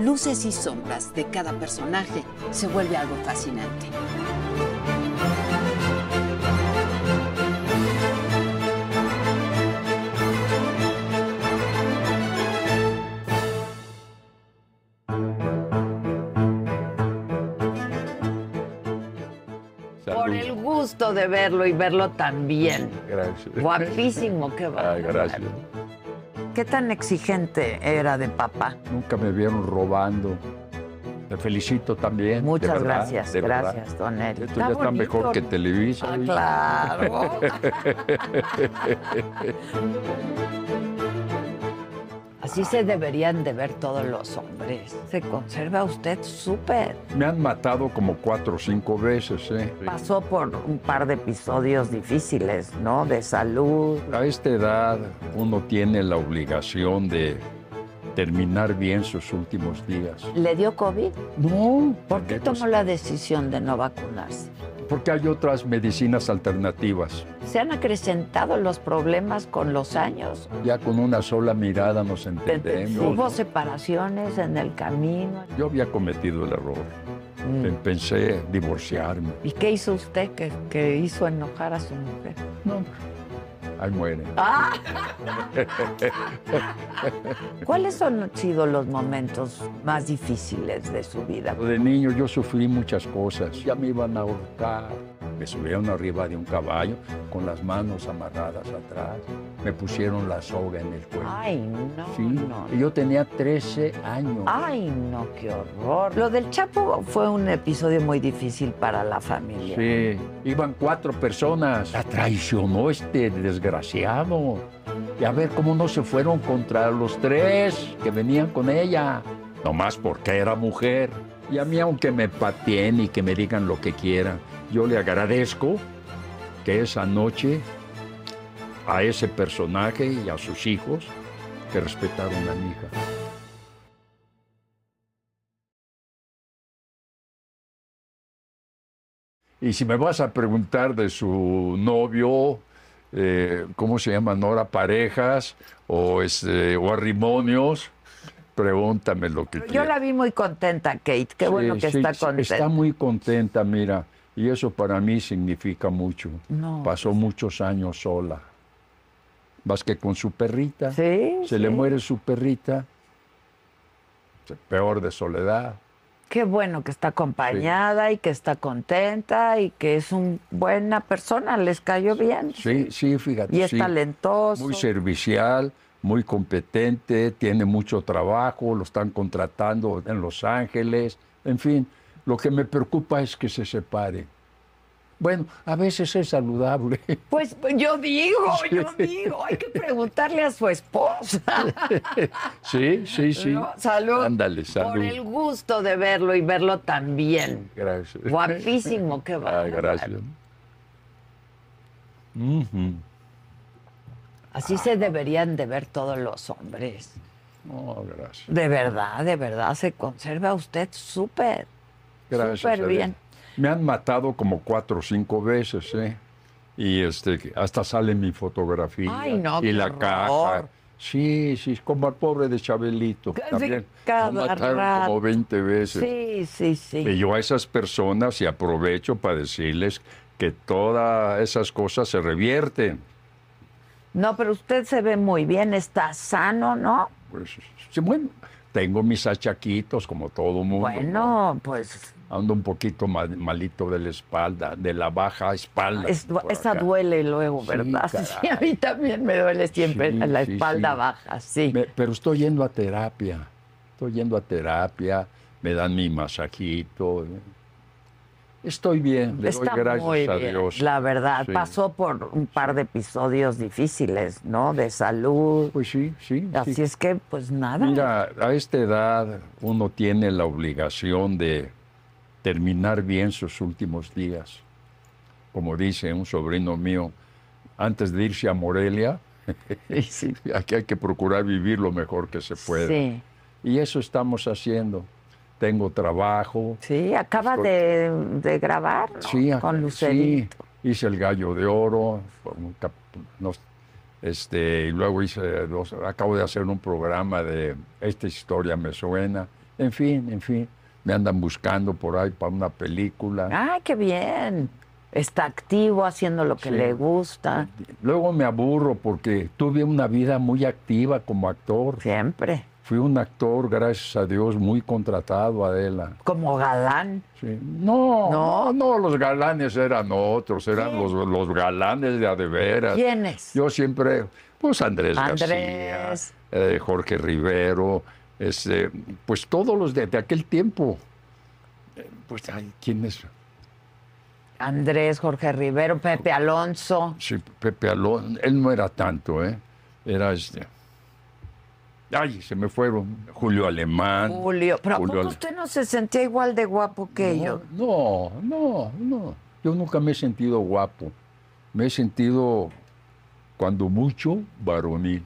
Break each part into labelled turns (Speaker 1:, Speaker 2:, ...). Speaker 1: luces y sombras de cada personaje se vuelve algo fascinante.
Speaker 2: Por el gusto de verlo y verlo tan bien.
Speaker 3: Gracias.
Speaker 2: Guapísimo, qué va.
Speaker 3: Ay, gracias.
Speaker 2: ¿Qué tan exigente era de papá?
Speaker 3: Nunca me vieron robando. Te felicito también. de
Speaker 4: Muchas
Speaker 3: verdad,
Speaker 4: gracias,
Speaker 3: de verdad.
Speaker 4: gracias, don Eli.
Speaker 3: Esto ya está
Speaker 2: bonito.
Speaker 3: mejor que Televisa.
Speaker 2: Ah, claro. Así se deberían de ver todos los hombres. Se conserva usted súper.
Speaker 3: Me han matado como cuatro o cinco veces, ¿eh?
Speaker 4: Pasó por un par de episodios difíciles, ¿no? De salud.
Speaker 3: A esta edad uno tiene la obligación de terminar bien sus últimos días.
Speaker 5: ¿Le dio COVID?
Speaker 3: No,
Speaker 5: ¿Por qué tomó la decisión de no vacunarse?
Speaker 3: porque hay otras medicinas alternativas.
Speaker 5: ¿Se han acrecentado los problemas con los años?
Speaker 3: Ya con una sola mirada nos entendemos.
Speaker 5: ¿Hubo separaciones en el camino?
Speaker 3: Yo había cometido el error.
Speaker 5: Mm.
Speaker 3: Pensé divorciarme.
Speaker 5: ¿Y qué hizo usted que, que hizo enojar a su mujer?
Speaker 3: No, ahí muere.
Speaker 5: ¿Cuáles son han sido los momentos más difíciles de su vida?
Speaker 3: De niño yo sufrí muchas cosas. Ya me iban a ahorcar. Me subieron arriba de un caballo con las manos amarradas atrás. Me pusieron la soga en el cuello.
Speaker 5: Ay, no,
Speaker 3: Sí,
Speaker 5: no.
Speaker 3: y yo tenía 13 años.
Speaker 5: Ay, no, qué horror. Lo del Chapo fue un episodio muy difícil para la familia.
Speaker 3: Sí, iban cuatro personas. La traicionó este desgraciado. Y a ver cómo no se fueron contra los tres que venían con ella. Nomás porque era mujer. Y a mí, aunque me pateen y que me digan lo que quieran, yo le agradezco que esa noche a ese personaje y a sus hijos que respetaron a mi hija. Y si me vas a preguntar de su novio, eh, ¿cómo se llama? Nora Parejas o, este, o Arrimonios, pregúntame lo que
Speaker 5: Yo
Speaker 3: quieras.
Speaker 5: la vi muy contenta, Kate. Qué bueno
Speaker 3: Sí,
Speaker 5: que
Speaker 3: sí,
Speaker 5: está
Speaker 3: sí,
Speaker 5: contenta.
Speaker 3: Está muy contenta, mira. Y eso para mí significa mucho.
Speaker 5: No. pues.
Speaker 3: Pasó muchos años sola. Más que con su perrita.
Speaker 5: Sí,
Speaker 3: Se le
Speaker 5: sí.
Speaker 3: muere su perrita. Peor de soledad.
Speaker 5: Qué bueno que está acompañada y que está contenta y que es una buena persona. Les cayó bien.
Speaker 3: Sí, sí, fíjate.
Speaker 5: Y es
Speaker 3: sí.
Speaker 5: talentoso.
Speaker 3: Muy servicial, muy competente, tiene mucho trabajo, lo están contratando en Los Ángeles, en fin, lo que me preocupa es que se separe. Bueno, a veces es saludable.
Speaker 5: Pues yo digo, yo digo, hay que preguntarle a su esposa.
Speaker 3: Sí, sí, sí.
Speaker 2: No, salud.
Speaker 3: Ándale, salud.
Speaker 2: Por el gusto de verlo y verlo tan bien.
Speaker 3: Gracias.
Speaker 2: Guapísimo, qué va.
Speaker 3: Ay, gracias.
Speaker 2: Así se deberían de ver todos los hombres.
Speaker 3: No, gracias.
Speaker 2: De verdad, de verdad, se conserva usted súper.
Speaker 3: Gracias.
Speaker 2: Súper
Speaker 3: Adela.
Speaker 2: bien.
Speaker 3: Me han matado como cuatro o cinco veces, ¿eh? Y este, hasta sale mi fotografía
Speaker 2: Ay, no,
Speaker 3: y
Speaker 2: qué
Speaker 3: la
Speaker 2: horror.
Speaker 3: caja. Sí, sí, como al pobre de Chabelito.
Speaker 2: Que hace
Speaker 3: También
Speaker 2: cada
Speaker 3: lo mataron como
Speaker 2: rato.
Speaker 3: 20 veces.
Speaker 2: Sí, sí, sí.
Speaker 3: Y yo a esas personas, y aprovecho para decirles que todas esas cosas se revierten.
Speaker 5: No, pero usted se ve muy bien, está sano, ¿no?
Speaker 3: Pues, sí, bueno, tengo mis achaquitos como todo mundo. ¿no?
Speaker 5: Bueno, pues
Speaker 3: Ando un poquito mal- malito de la espalda, de la baja espalda.
Speaker 5: es-
Speaker 3: por
Speaker 5: esa
Speaker 3: acá.
Speaker 5: duele luego,
Speaker 3: Sí,
Speaker 5: ¿verdad?
Speaker 3: caray.
Speaker 5: Sí, a mí también me duele siempre
Speaker 3: Sí,
Speaker 5: la
Speaker 3: sí,
Speaker 5: espalda
Speaker 3: sí.
Speaker 5: baja, sí.
Speaker 3: Me- pero estoy yendo a terapia. Estoy yendo a terapia. Me dan mi masajito. eh. Estoy bien. Le
Speaker 5: Está
Speaker 3: doy gracias
Speaker 5: muy
Speaker 3: a
Speaker 5: bien,
Speaker 3: Dios.
Speaker 5: la verdad.
Speaker 3: Sí.
Speaker 5: Pasó por un par de episodios difíciles, ¿no? De salud.
Speaker 3: Pues sí, sí.
Speaker 5: Así
Speaker 3: sí.
Speaker 5: es que, pues nada.
Speaker 3: Mira, a esta edad uno tiene la obligación de terminar bien sus últimos días. Como dice un sobrino mío, antes de irse a Morelia, aquí hay que procurar vivir lo mejor que se pueda.
Speaker 5: sí,
Speaker 3: Y eso estamos haciendo. Tengo trabajo.
Speaker 5: sí, acaba de, de grabar ¿no?
Speaker 3: pues, Sí, acá-
Speaker 5: con
Speaker 3: sí,
Speaker 5: Lucerito.
Speaker 3: hice el gallo de oro, por un cap- nos- este, y luego hice dos- acabo de hacer un programa de esta historia me suena. En fin, en fin, me andan buscando por ahí para una película.
Speaker 5: Ay, Ah, qué bien. Está activo, haciendo lo que
Speaker 3: Sí. Pues,
Speaker 5: le gusta.
Speaker 3: Luego me aburro porque tuve una vida muy activa como actor.
Speaker 5: Siempre.
Speaker 3: Fui un actor, gracias a Dios, muy contratado, Adela.
Speaker 5: Como galán.
Speaker 3: Sí. No, no, no, los galanes eran otros, eran los, los galanes de a de veras.
Speaker 5: ¿Quién es?
Speaker 3: Yo siempre, pues Andrés,
Speaker 5: Andrés.
Speaker 3: García, eh, Jorge Rivero, este, pues todos los de, de aquel tiempo. Eh, Pues, ay, ¿quién es?
Speaker 5: Andrés, Jorge Rivero, Pepe Alonso.
Speaker 3: Sí, Pepe Alonso, él no era tanto, ¿eh? Era este. Ay, se me fueron. Julio Alemán.
Speaker 5: Julio, pero ¿a
Speaker 3: Julio
Speaker 5: poco
Speaker 3: Ale-
Speaker 5: usted no se sentía igual de guapo que yo?
Speaker 3: No, no, no. Yo nunca me he sentido guapo. Me he sentido, cuando mucho, varonil.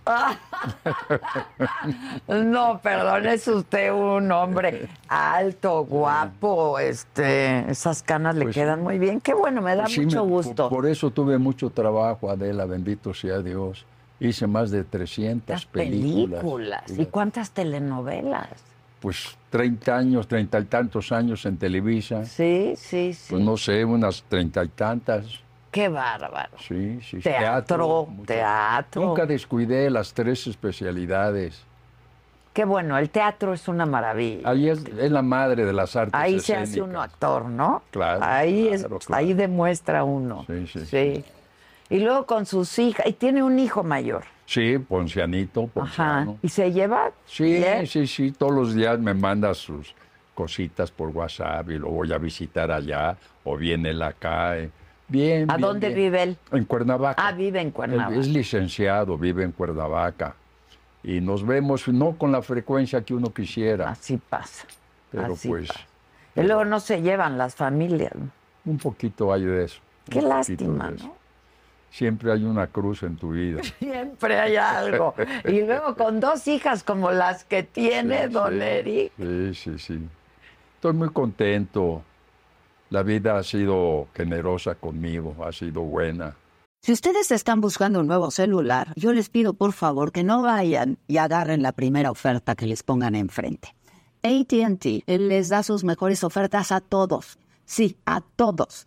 Speaker 5: No, perdón, es usted un hombre alto, guapo, este, esas canas le
Speaker 3: Pues sí.
Speaker 5: quedan muy bien. Qué bueno, me da
Speaker 3: Pues sí,
Speaker 5: mucho
Speaker 3: me-
Speaker 5: gusto.
Speaker 3: Por, por eso tuve mucho trabajo, Adela, bendito sea Dios. Hice más de 300
Speaker 5: Las
Speaker 3: películas.
Speaker 5: películas. ¿Y cuántas telenovelas?
Speaker 3: Pues 30 años, 30 y tantos años en Televisa.
Speaker 5: Sí, sí, sí.
Speaker 3: Pues no sé, unas treinta y tantas.
Speaker 5: Qué bárbaro.
Speaker 3: Sí, sí.
Speaker 5: Teatro, teatro.
Speaker 3: mucho. Nunca descuidé las tres especialidades.
Speaker 5: Qué bueno, el teatro es una maravilla.
Speaker 3: Ahí es, es la madre de las artes
Speaker 5: Ahí se hace
Speaker 3: escénicas.
Speaker 5: uno actor, ¿no?
Speaker 3: Claro,
Speaker 5: Ahí,
Speaker 3: claro,
Speaker 5: es,
Speaker 3: claro.
Speaker 5: ahí demuestra uno.
Speaker 3: Sí, sí,
Speaker 5: sí. Y luego con sus hijas, y tiene un hijo mayor.
Speaker 3: Sí, Poncianito,
Speaker 5: Ajá.
Speaker 3: Ponciano.
Speaker 5: Y se lleva.
Speaker 3: Sí,
Speaker 5: bien.
Speaker 3: sí, sí, todos los días me manda sus cositas por WhatsApp y lo voy a visitar allá o viene él acá. eh. Bien.
Speaker 5: ¿A
Speaker 3: bien,
Speaker 5: dónde
Speaker 3: bien.
Speaker 5: vive él?
Speaker 3: En Cuernavaca.
Speaker 5: Ah, vive en Cuernavaca.
Speaker 3: Él Es licenciado, vive en Cuernavaca. Y nos vemos no con la frecuencia que uno quisiera,
Speaker 5: Así pasa.
Speaker 3: pero
Speaker 5: así
Speaker 3: pues
Speaker 5: pasa. Y luego no se llevan las familias. ¿no?
Speaker 3: un poquito hay de eso. un
Speaker 5: Qué
Speaker 3: poquito
Speaker 5: lástima,
Speaker 3: de eso.
Speaker 5: ¿no?
Speaker 3: Siempre hay una cruz en tu vida.
Speaker 5: Siempre hay algo. Y luego con dos hijas como las que tiene
Speaker 3: Sí,
Speaker 5: Don Eric.
Speaker 3: Sí, sí, sí. Estoy muy contento. La vida ha sido generosa conmigo, ha sido buena.
Speaker 1: Si ustedes están buscando un nuevo celular, yo les pido por favor que no vayan y agarren la primera oferta que les pongan enfrente. ATT les da sus mejores ofertas a todos. Sí, a todos.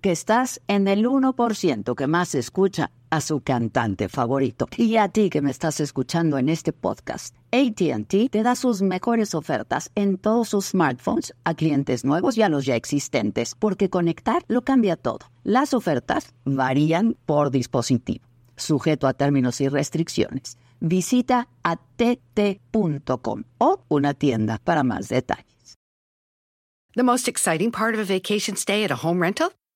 Speaker 1: que estás en el 1% que más escucha a su cantante favorito. Y a ti que me estás escuchando en este podcast, ATT te da sus mejores ofertas en todos sus smartphones a clientes nuevos y a los ya existentes, porque conectar lo cambia todo. Las ofertas varían por dispositivo, sujeto a términos y restricciones. Visita att.com o una tienda para más detalles.
Speaker 6: The most exciting part of a vacation stay at a home rental?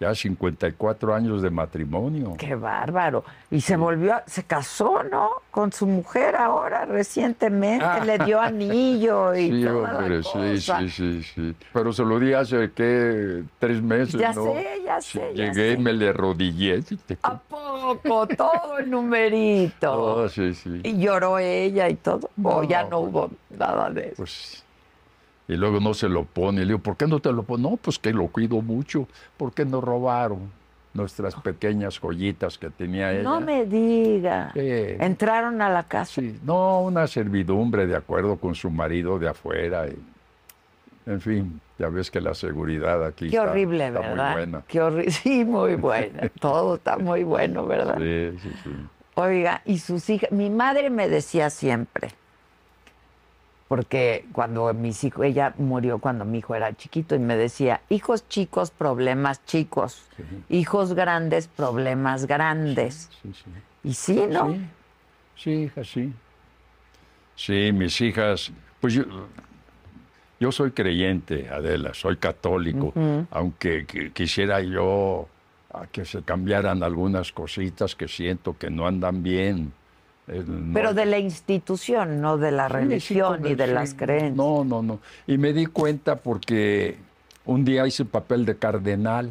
Speaker 3: Ya 54 años de matrimonio.
Speaker 5: Qué bárbaro. Y se volvió, a- se casó, ¿no? Con su mujer ahora, recientemente, le dio anillo y
Speaker 3: Ah. Sí,
Speaker 5: toda la
Speaker 3: hombre, sí,
Speaker 5: cosa.
Speaker 3: sí, sí, sí. Pero se lo di hace, ¿qué? Tres meses,
Speaker 5: Ya
Speaker 3: ¿no?
Speaker 5: sé, ya
Speaker 3: Sí,
Speaker 5: sé, ya
Speaker 3: Llegué y
Speaker 5: sé. Ah,
Speaker 3: me le arrodillé. sí, te-
Speaker 5: ¿A poco? Todo el numerito.
Speaker 3: Oh, sí, sí.
Speaker 5: Y lloró ella y todo. o ya
Speaker 3: No,
Speaker 5: no
Speaker 3: pues-
Speaker 5: hubo nada de eso.
Speaker 3: Pues, y luego no se lo pone. Le digo, ¿por qué no te lo pone? No, pues que lo cuido mucho. porque nos robaron nuestras pequeñas joyitas que tenía ella?
Speaker 5: No me diga.
Speaker 3: Sí.
Speaker 5: Entraron a la casa.
Speaker 3: Sí, no, una servidumbre de acuerdo con su marido de afuera. y- en fin, ya ves que la seguridad aquí
Speaker 5: Qué
Speaker 3: está,
Speaker 5: horrible,
Speaker 3: está
Speaker 5: ¿verdad?
Speaker 3: muy buena.
Speaker 5: Qué horrible. Sí, muy buena. Todo está muy bueno, ¿verdad?
Speaker 3: Sí, sí, sí.
Speaker 5: Oiga, y sus hijas, mi madre me decía siempre, porque cuando mis hijos, ella murió cuando mi hijo era chiquito y me decía, hijos chicos, problemas chicos, hijos grandes, problemas grandes.
Speaker 3: sí, sí.
Speaker 5: Y sí, ¿no?
Speaker 3: Sí, sí, hija, sí. Sí, mis hijas, pues yo, yo soy creyente, Adela, soy católico, aunque qui- quisiera yo ah, que se cambiaran algunas cositas que siento que no andan bien. Eh, no-
Speaker 5: Pero de la institución, no de
Speaker 3: Sí,
Speaker 5: la
Speaker 3: sí,
Speaker 5: religión
Speaker 3: como-
Speaker 5: y de
Speaker 3: sí.
Speaker 5: las creencias.
Speaker 3: No, no, no. Y me di cuenta porque un día hice papel de cardenal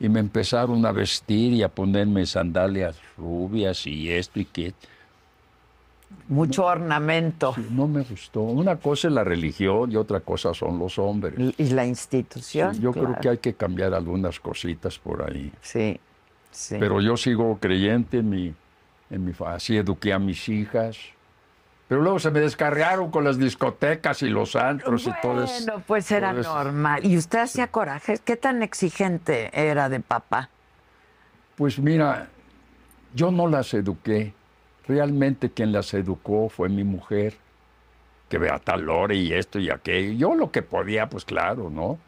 Speaker 3: y me empezaron a vestir y a ponerme sandalias rubias y esto y que
Speaker 5: Mucho ornamento.
Speaker 3: no me gustó. Una cosa es la religión y otra cosa son los hombres.
Speaker 5: Y y la
Speaker 3: Sí,
Speaker 5: institución.
Speaker 3: yo creo
Speaker 5: claro.
Speaker 3: que hay que cambiar algunas cositas por ahí.
Speaker 5: Sí, sí.
Speaker 3: Pero yo sigo creyente en mi, en mi fa- así eduqué a mis hijas. Pero luego se me descarriaron con las discotecas y los antros y todo eso.
Speaker 5: Bueno, pues era
Speaker 3: todo eso.
Speaker 5: normal. ¿Y usted hacía corajes? ¿Qué tan exigente era de papá?
Speaker 3: Pues mira, yo no las eduqué. Realmente quien las educó fue mi mujer, que ve a tal hora y esto y aquello. Yo lo que podía, pues claro, ¿no?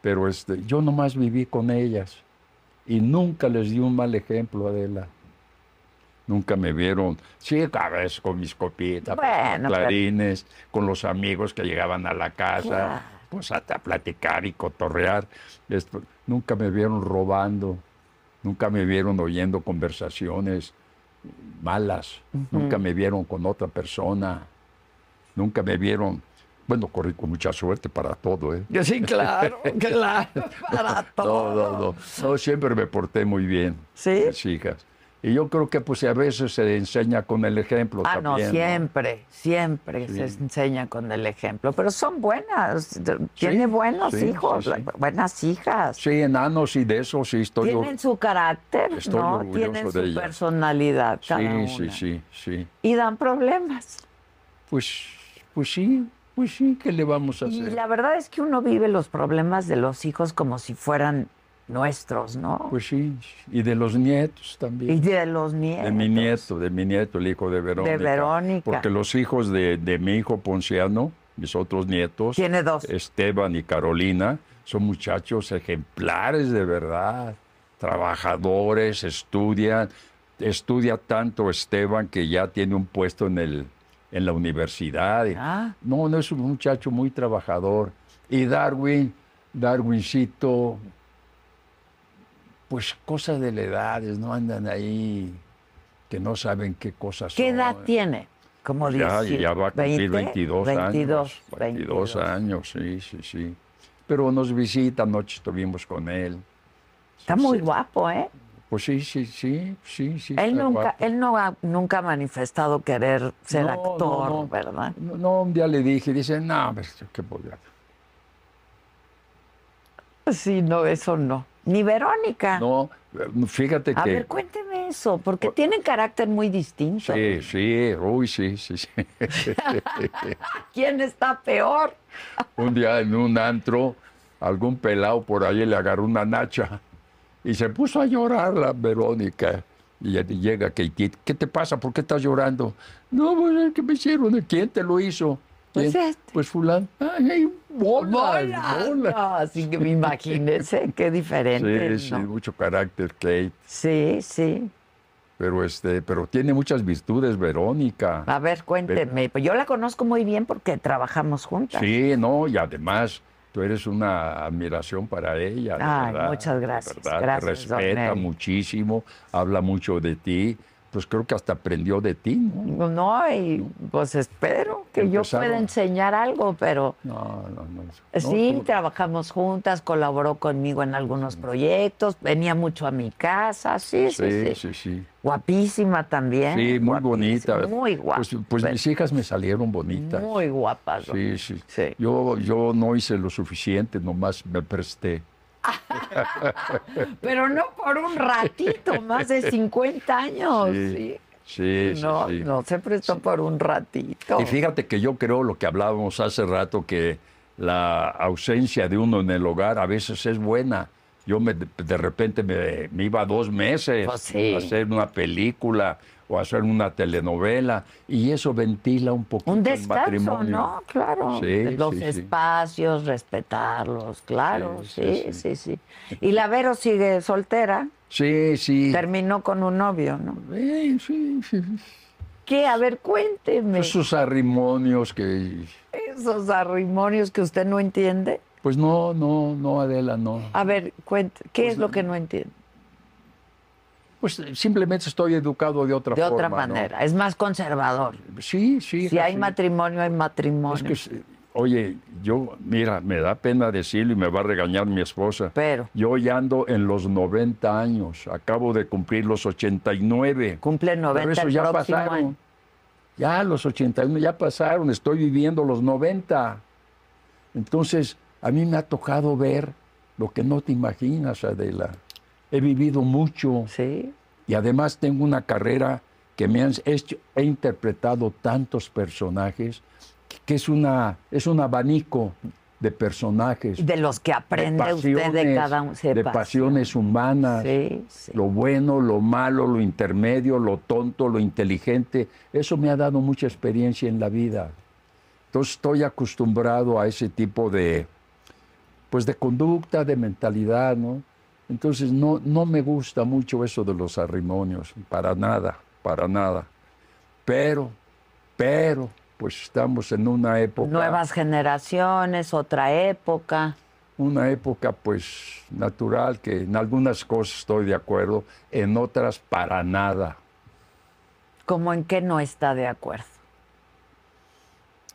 Speaker 3: Pero este, yo nomás viví con ellas y nunca les di un mal ejemplo, Adela. Nunca me vieron, sí, a veces con mis copitas, pues, con
Speaker 5: Bueno, pero-
Speaker 3: clarines, con los amigos que llegaban a la casa,
Speaker 5: Claro.
Speaker 3: pues a, a platicar y cotorrear. Esto, nunca me vieron robando, nunca me vieron oyendo conversaciones malas, nunca me vieron con otra persona, nunca me vieron. Bueno, corrí con mucha suerte para todo, ¿eh?
Speaker 5: Yo sí, claro, claro, para
Speaker 3: No, no, no. No, siempre me porté muy bien.
Speaker 5: ¿Sí?
Speaker 3: Mis hijas. Y yo creo que pues a veces se enseña con el ejemplo
Speaker 5: Ah, no,
Speaker 3: también.
Speaker 5: siempre, siempre se enseña con el ejemplo. Pero son buenas, tiene buenos
Speaker 3: sí,
Speaker 5: hijos,
Speaker 3: sí, sí.
Speaker 5: buenas hijas.
Speaker 3: Sí, enanos y de eso sí estoy.
Speaker 5: Tienen
Speaker 3: or-
Speaker 5: su carácter,
Speaker 3: Estoy
Speaker 5: ¿no?
Speaker 3: orgulloso
Speaker 5: Tienen
Speaker 3: de
Speaker 5: su
Speaker 3: ellas.
Speaker 5: personalidad cada
Speaker 3: sí,
Speaker 5: una.
Speaker 3: sí, sí, sí.
Speaker 5: Y dan problemas.
Speaker 3: Pues, pues sí, pues sí, ¿qué le vamos a
Speaker 5: Y
Speaker 3: hacer?
Speaker 5: la verdad es que uno vive los problemas de los hijos como si fueran nuestros, ¿no?
Speaker 3: Pues sí. Y de los nietos también.
Speaker 5: y de los nietos.
Speaker 3: De mi nieto, de mi nieto, el hijo de Verónica.
Speaker 5: Verónica.
Speaker 3: Porque los hijos de, de mi hijo Ponciano, mis otros nietos,
Speaker 5: Tiene dos.
Speaker 3: Eh, Esteban y Carolina, son muchachos ejemplares de verdad, trabajadores, estudian, estudia tanto Esteban que ya tiene un puesto en, el, en la universidad.
Speaker 5: Ah.
Speaker 3: No, no es un muchacho muy trabajador. Y Darwin, Darwincito, pues cosas de la edad, no andan ahí que no saben qué cosas
Speaker 5: ¿Qué
Speaker 3: son.
Speaker 5: edad tiene? Como
Speaker 3: eh. Pues Ya,
Speaker 5: dice.
Speaker 3: ya va a cumplir 22,
Speaker 5: 22,
Speaker 3: años. 22 años, sí, sí, sí. Pero nos visita, anoche estuvimos con él.
Speaker 5: Está muy guapo, ¿eh?
Speaker 3: Pues sí, sí, sí, sí, sí.
Speaker 5: Él
Speaker 3: está
Speaker 5: nunca,
Speaker 3: guapo.
Speaker 5: él no ha nunca ha manifestado querer ser
Speaker 3: No, no,
Speaker 5: actor,
Speaker 3: no.
Speaker 5: ¿verdad?
Speaker 3: No, no, un día le dije, dice, no, pues, qué podría.
Speaker 5: Sí, no, eso no. Ni Verónica.
Speaker 3: No, eh, fíjate
Speaker 5: Ah. A
Speaker 3: que...
Speaker 5: ver, cuénteme eso, porque tienen carácter muy distinto.
Speaker 3: Sí, sí, uy, sí, sí, sí.
Speaker 5: ¿Quién está peor?
Speaker 3: un día en un antro algún pelado por ahí le agarró una nacha y se puso a llorar la Verónica. Y llega Katie, ¿qué te pasa? ¿Por qué estás llorando? No, pues es que me hicieron. ¿Quién te lo hizo? ¿Quién?
Speaker 5: Pues este.
Speaker 3: Pues fulano. Ay, ay, bolas,
Speaker 5: Bolas,
Speaker 3: bolas.
Speaker 5: no, así que me imagínense qué diferente.
Speaker 3: Sí, sí,
Speaker 5: ¿no?
Speaker 3: mucho carácter, Kate.
Speaker 5: sí, sí.
Speaker 3: Pero este, pero tiene muchas virtudes, Verónica.
Speaker 5: A ver, cuénteme. Pues Yo la conozco muy bien porque trabajamos juntas.
Speaker 3: Sí, no, y además tú eres una admiración para ella. de
Speaker 5: Ay,
Speaker 3: verdad,
Speaker 5: muchas gracias,
Speaker 3: de verdad,
Speaker 5: gracias,
Speaker 3: Te
Speaker 5: don
Speaker 3: respeta
Speaker 5: Eli.
Speaker 3: muchísimo, habla mucho de ti. Pues creo que hasta aprendió de ti, ¿no?
Speaker 5: No, y pues espero que yo
Speaker 3: Empezaron.
Speaker 5: pueda enseñar algo, pero
Speaker 3: No, no, no.
Speaker 5: Eh, sí,
Speaker 3: no, tú-
Speaker 5: trabajamos juntas, colaboró conmigo en
Speaker 3: Mm.
Speaker 5: algunos proyectos, venía mucho a mi casa, sí, sí, sí.
Speaker 3: sí, sí, sí.
Speaker 5: Guapísima también.
Speaker 3: Sí, muy
Speaker 5: guapísima,
Speaker 3: bonita.
Speaker 5: Muy guapa.
Speaker 3: Pues, pues mis hijas me salieron bonitas.
Speaker 5: muy guapa. don-
Speaker 3: Sí, sí.
Speaker 5: Sí.
Speaker 3: Yo, yo no hice lo suficiente, nomás me presté.
Speaker 5: Pero no por un ratito, más de 50 años. Oh, Sí.
Speaker 3: Sí, sí, sí,
Speaker 5: no,
Speaker 3: sí.
Speaker 5: no se prestó por un ratito.
Speaker 3: Y fíjate que yo creo lo que hablábamos hace rato, que la ausencia de uno en el hogar a veces es buena. Yo me, de repente me, me iba dos meses
Speaker 5: Pues sí.
Speaker 3: a hacer una película o a hacer una telenovela y eso ventila un poquito
Speaker 5: Un
Speaker 3: el
Speaker 5: descanso,
Speaker 3: matrimonio.
Speaker 5: ¿no? Claro.
Speaker 3: Sí,
Speaker 5: Los
Speaker 3: sí, sí.
Speaker 5: espacios, respetarlos, claro, sí
Speaker 3: Sí,
Speaker 5: sí sí,
Speaker 3: sí,
Speaker 5: Y la Vero sigue soltera,
Speaker 3: Sí, sí.
Speaker 5: terminó con un novio, ¿no?
Speaker 3: Eh, sí, sí.
Speaker 5: ¿Qué? A ver, cuénteme.
Speaker 3: Esos arrimonios que...
Speaker 5: Esos arrimonios que usted no entiende.
Speaker 3: Pues no, no, no, Adela, no.
Speaker 5: A ver, cuente, ¿qué es lo que no entiende?
Speaker 3: Pues simplemente estoy educado de otra
Speaker 5: De
Speaker 3: forma.
Speaker 5: otra
Speaker 3: ¿no?
Speaker 5: manera, es más conservador.
Speaker 3: Sí, sí.
Speaker 5: Si hay
Speaker 3: así.
Speaker 5: matrimonio, hay matrimonio.
Speaker 3: Es que, se- oye, yo, mira, me da pena decirlo y me va a regañar mi esposa.
Speaker 5: Pero
Speaker 3: Yo ya ando en los 90 años, acabo de cumplir los 89.
Speaker 5: cumple 90
Speaker 3: Pero eso
Speaker 5: el
Speaker 3: ya
Speaker 5: próximo
Speaker 3: pasaron.
Speaker 5: año.
Speaker 3: Ya los 81 ya pasaron, estoy viviendo los 90. Entonces, a mí me ha tocado ver lo que no te imaginas, Adela. He vivido mucho
Speaker 5: Sí,
Speaker 3: y además tengo una carrera que me han hecho, he interpretado tantos personajes que- que es una es un abanico de personajes,
Speaker 5: de los que aprende usted de
Speaker 3: pasiones,
Speaker 5: cada uno. Sí,
Speaker 3: de pasiones humanas,
Speaker 5: Sí, sí.
Speaker 3: lo bueno, lo malo, lo intermedio, lo tonto, lo inteligente. Eso me ha dado mucha experiencia en la vida. Entonces estoy acostumbrado a ese tipo de, pues de conducta, de mentalidad, ¿no? Entonces no, no me gusta mucho eso de los arrimonios, para nada, para nada. Pero, pero, pues estamos en una época,
Speaker 5: Nuevas generaciones, otra época.
Speaker 3: una época pues natural que en algunas cosas estoy de acuerdo, en otras para nada.
Speaker 5: como en qué no está de acuerdo?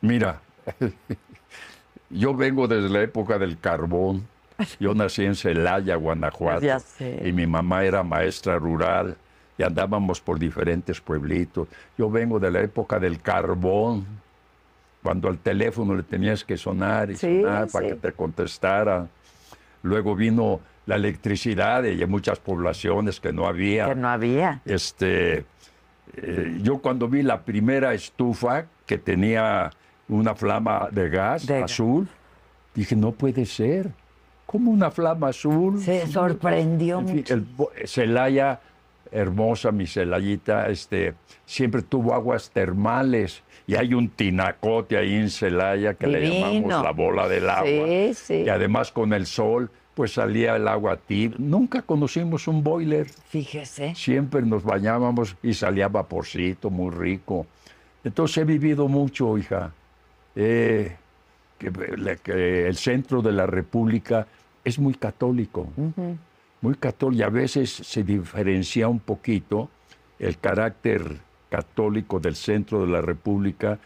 Speaker 3: Mira, yo vengo desde la época del carbón. Yo nací en Celaya, Guanajuato.
Speaker 5: Ya sé.
Speaker 3: Y mi mamá era maestra rural y andábamos por diferentes pueblitos. Yo vengo de la época del carbón, cuando al teléfono le tenías que sonar y
Speaker 5: Sí,
Speaker 3: sonar para
Speaker 5: sí.
Speaker 3: que te contestara. Luego vino la electricidad y en muchas poblaciones que no había.
Speaker 5: Que no había.
Speaker 3: Este, eh, yo cuando vi la primera estufa que tenía una flama de gas
Speaker 5: De gas.
Speaker 3: azul, dije, no puede ser. ¿Cómo una flama azul?
Speaker 5: Se sorprendió
Speaker 3: En fin,
Speaker 5: mucho.
Speaker 3: el bo- Celaya, hermosa mi Celayita, este, siempre tuvo aguas termales y hay un tinacote ahí en Celaya que le
Speaker 5: Divino.
Speaker 3: llamamos la bola del agua.
Speaker 5: Sí, sí.
Speaker 3: Y además con el sol, pues salía el agua tibia. Nunca conocimos un boiler.
Speaker 5: Fíjese.
Speaker 3: Siempre nos bañábamos y salía vaporcito, muy rico. Entonces he vivido mucho, hija. Eh, que, la- que el centro de la República es muy católico, muy católico. Y a veces se diferencia un poquito el carácter católico del centro de la República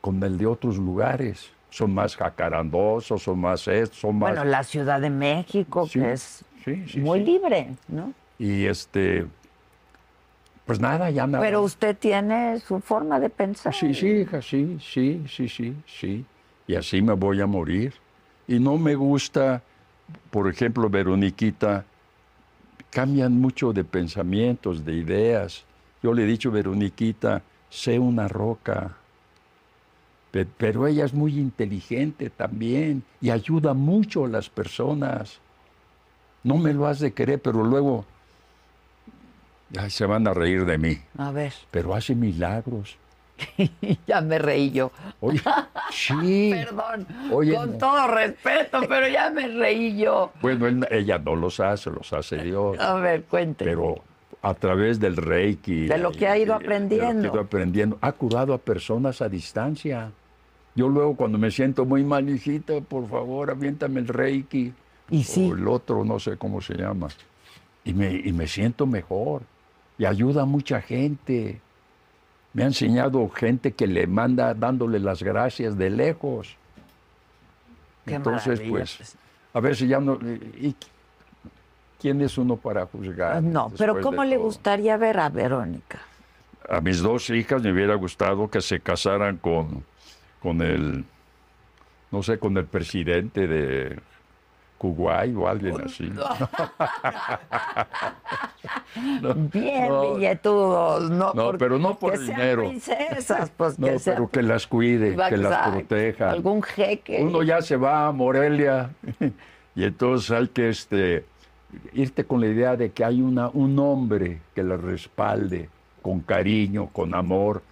Speaker 3: con el de otros lugares. Son más jacarandosos, son más esto, son más...
Speaker 5: Bueno, la Ciudad de México,
Speaker 3: Sí,
Speaker 5: que es
Speaker 3: sí, sí,
Speaker 5: muy
Speaker 3: sí.
Speaker 5: libre, ¿no?
Speaker 3: Y este... Pues nada, ya me...
Speaker 5: Pero usted tiene su forma de pensar.
Speaker 3: Ah, Sí, sí, hija, sí, sí, sí, sí, sí. Y así me voy a morir. Y no me gusta, por ejemplo, Veroniquita, cambian mucho de pensamientos, de ideas. Yo le he dicho, Veroniquita, sé una roca, Pe- Pero ella es muy inteligente también y ayuda mucho a las personas. No me lo has de querer, pero luego ay, se van a reír de mí.
Speaker 5: A ver,
Speaker 3: Pero hace milagros.
Speaker 5: ya me reí yo.
Speaker 3: Oye, sí.
Speaker 5: Perdón,
Speaker 3: Oye,
Speaker 5: con
Speaker 3: no.
Speaker 5: todo respeto, pero ya me reí yo.
Speaker 3: Bueno, él- ella no los hace, los hace Dios.
Speaker 5: A ver, cuente.
Speaker 3: Pero a través del Reiki.
Speaker 5: De lo que ha ido
Speaker 3: y- y- De lo que ha ido
Speaker 5: aprendiendo.
Speaker 3: aprendiendo. Ha curado a personas a distancia. Yo luego cuando me siento muy mal, hijita, por favor, aviéntame el Reiki.
Speaker 5: y sí,
Speaker 3: O el otro, no sé cómo se llama. Y me, y me siento mejor. Y ayuda a mucha gente. Me ha enseñado gente que le manda dándole las gracias de lejos.
Speaker 5: qué
Speaker 3: Entonces,
Speaker 5: maravilla,
Speaker 3: pues, a ver si ya no... y- ¿Quién es uno para
Speaker 5: Ah,
Speaker 3: juzgar?
Speaker 5: No, pero
Speaker 3: después
Speaker 5: ¿cómo
Speaker 3: de
Speaker 5: le
Speaker 3: todo?
Speaker 5: gustaría ver a Verónica?
Speaker 3: a mis dos hijas me hubiera gustado que se casaran con, con el, no sé, con el presidente de Kuwait o alguien
Speaker 5: Oh,
Speaker 3: así. No,
Speaker 5: Bien,
Speaker 3: no,
Speaker 5: billetudos, no,
Speaker 3: no,
Speaker 5: por-
Speaker 3: pero no por
Speaker 5: que
Speaker 3: dinero.
Speaker 5: Sean princesas, pues
Speaker 3: no,
Speaker 5: que sean-
Speaker 3: pero que las cuide,
Speaker 5: Va-
Speaker 3: que las
Speaker 5: exacto,
Speaker 3: proteja.
Speaker 5: Algún jeque.
Speaker 3: Uno ya se va a Morelia y entonces hay que este, irte con la idea de que hay una, un hombre que la respalde con cariño, con amor,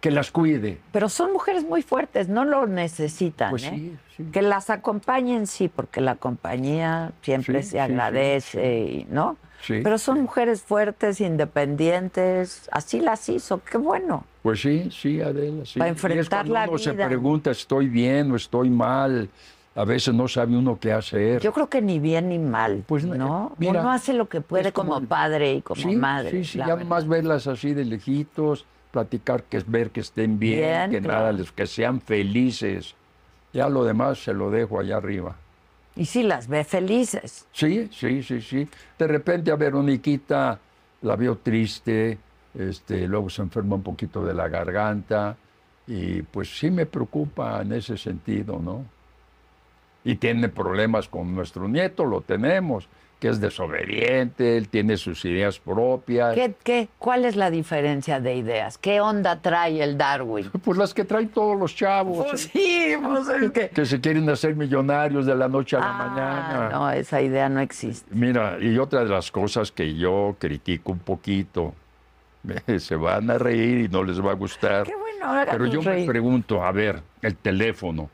Speaker 3: que las cuide.
Speaker 5: Pero son mujeres muy fuertes, no lo necesitan,
Speaker 3: Pues
Speaker 5: ¿eh?
Speaker 3: sí, sí.
Speaker 5: Que las acompañen, sí, porque la compañía siempre
Speaker 3: Sí,
Speaker 5: se
Speaker 3: sí,
Speaker 5: agradece, y- ¿no?
Speaker 3: Sí,
Speaker 5: Pero son mujeres fuertes, independientes, así las hizo, qué bueno.
Speaker 3: Pues sí, sí, Adela, sí.
Speaker 5: Para
Speaker 3: Y es
Speaker 5: enfrentar
Speaker 3: cuando
Speaker 5: la
Speaker 3: uno se
Speaker 5: vida.
Speaker 3: pregunta, ¿estoy bien o estoy mal? A veces no sabe uno qué hacer.
Speaker 5: Yo creo que ni bien ni mal,
Speaker 3: Pues,
Speaker 5: ¿no?
Speaker 3: eh, mira,
Speaker 5: Uno hace lo que puede
Speaker 3: es como
Speaker 5: como,
Speaker 3: el-
Speaker 5: padre y como
Speaker 3: sí,
Speaker 5: madre.
Speaker 3: Sí, sí,
Speaker 5: la
Speaker 3: ya
Speaker 5: verdad.
Speaker 3: más verlas así de lejitos, platicar, que ver que estén bien,
Speaker 5: Bien,
Speaker 3: que
Speaker 5: claro.
Speaker 3: nada, les- que sean felices. Ya lo demás se lo dejo allá arriba.
Speaker 5: Y sí las ve felices.
Speaker 3: Sí, sí, sí, sí. De repente a Veroniquita la veo triste, este, luego se enferma un poquito de la garganta y pues sí me preocupa en ese sentido, ¿no? Y tiene problemas con nuestro nieto, lo tenemos, que es desobediente, él tiene sus ideas propias.
Speaker 5: ¿Qué, qué, ¿Cuál es la diferencia de ideas? ¿Qué onda trae el Darwin?
Speaker 3: Pues las que traen todos los chavos, eh,
Speaker 5: Pues sí, pues es que...
Speaker 3: que se quieren hacer millonarios de la noche a la
Speaker 5: Ah,
Speaker 3: mañana.
Speaker 5: No, esa idea no existe.
Speaker 3: Mira, y otra de las cosas que yo critico un poquito, eh, se van a reír y no les va a gustar.
Speaker 5: Qué bueno, ahora
Speaker 3: Pero yo me
Speaker 5: reír.
Speaker 3: pregunto, a ver, el teléfono,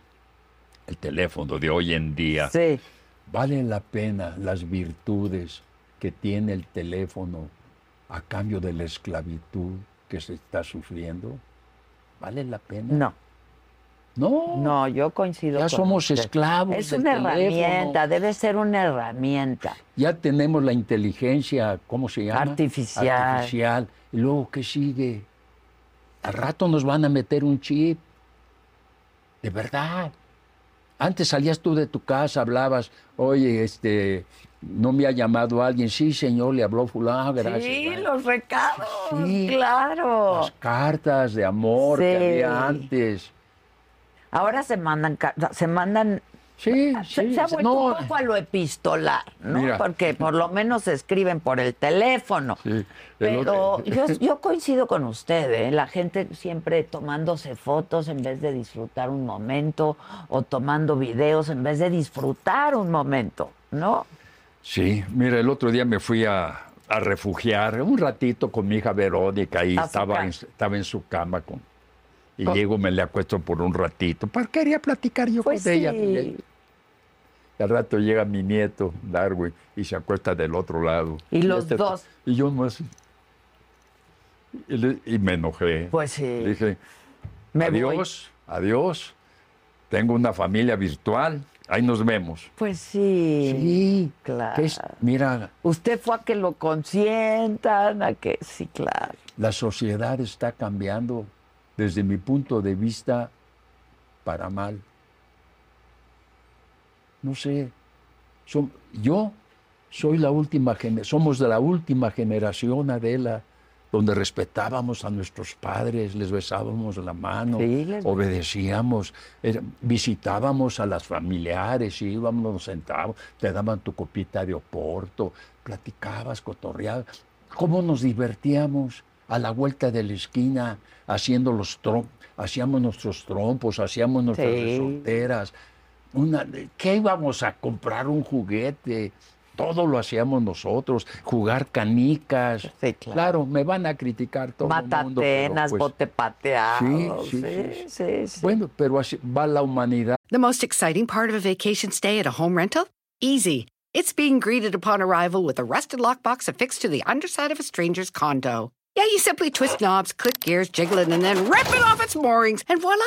Speaker 3: el teléfono de hoy en día,
Speaker 5: Sí,
Speaker 3: ¿vale la pena las virtudes que tiene el teléfono a cambio de la esclavitud que se está sufriendo? ¿Vale la pena?
Speaker 5: no,
Speaker 3: No,
Speaker 5: no, yo coincido
Speaker 3: ya
Speaker 5: con
Speaker 3: somos
Speaker 5: usted.
Speaker 3: esclavos.
Speaker 5: Es
Speaker 3: del
Speaker 5: una
Speaker 3: teléfono.
Speaker 5: herramienta, debe ser una herramienta.
Speaker 3: Ya tenemos la inteligencia, ¿cómo se llama?
Speaker 5: Artificial.
Speaker 3: Artificial. ¿Y luego qué sigue? Al rato nos van a meter un chip. De verdad. Antes salías tú de tu casa, hablabas, oye, este, no me ha llamado alguien. Sí, señor, le habló fulano, ah, gracias.
Speaker 5: Sí,
Speaker 3: bueno".
Speaker 5: los recados,
Speaker 3: Sí.
Speaker 5: claro.
Speaker 3: Las cartas de amor que
Speaker 5: Sí.
Speaker 3: había antes.
Speaker 5: Ahora se mandan, ca- se mandan,
Speaker 3: Sí,
Speaker 5: se,
Speaker 3: sí.
Speaker 5: se ha vuelto
Speaker 3: no,
Speaker 5: un poco a lo epistolar, ¿no?
Speaker 3: Mira.
Speaker 5: Porque por lo menos se escriben por el teléfono.
Speaker 3: sí, el
Speaker 5: Pero
Speaker 3: otro-
Speaker 5: yo, yo coincido con usted, ¿eh? la gente siempre tomándose fotos en vez de disfrutar un momento o tomando videos en vez de disfrutar un momento, ¿no?
Speaker 3: Sí, mira, el otro día me fui a, a refugiar un ratito con mi hija Verónica y
Speaker 5: A su
Speaker 3: estaba
Speaker 5: casa.
Speaker 3: en, estaba en su cama con y llego me le acuesto por un ratito. Para quería platicar yo
Speaker 5: Pues
Speaker 3: con ella.
Speaker 5: sí.
Speaker 3: Y al rato llega mi nieto, Darwin, y se acuesta del otro lado.
Speaker 5: Y los
Speaker 3: este-
Speaker 5: dos.
Speaker 3: Y yo no así. Y, le- y me enojé.
Speaker 5: Pues
Speaker 3: Le
Speaker 5: sí.
Speaker 3: dije,
Speaker 5: Me voy.
Speaker 3: adiós, adiós. Tengo una familia virtual. Ahí nos vemos.
Speaker 5: Pues sí.
Speaker 3: Sí,
Speaker 5: claro.
Speaker 3: que es- mira,
Speaker 5: Usted fue a que lo consientan, a que sí, claro.
Speaker 3: La sociedad está cambiando desde mi punto de vista para mal. No sé. som- yo soy la última gene- somos de la última generación, Adela, donde respetábamos a nuestros padres, les besábamos la mano,
Speaker 5: Sí, les-
Speaker 3: obedecíamos, era- visitábamos a las familiares, íbamos, nos sentábamos, te daban tu copita de oporto, platicabas, cotorreabas. ¿Cómo nos divertíamos? a la vuelta de la esquina haciendo los trompos, hacíamos nuestros trompos, hacíamos nuestras
Speaker 5: Sí.
Speaker 3: solteras. Una, ¿Qué íbamos a comprar un juguete? Todo lo hacíamos nosotros, jugar canicas.
Speaker 5: Sí,
Speaker 3: claro.
Speaker 5: claro.
Speaker 3: me van a criticar todo el mundo. pero,
Speaker 5: Matatenas,
Speaker 3: pues,
Speaker 5: bote pateado.
Speaker 3: Sí, sí, sí,
Speaker 5: Sí, sí, sí.
Speaker 3: Bueno, pero así va la humanidad.
Speaker 6: The most exciting part of a vacation stay at a home rental? Easy. It's being greeted upon arrival with a rusted lockbox affixed to the underside of a stranger's condo. Yeah, you simply twist knobs, click gears, jiggle it, and then rip it off its moorings, and voila!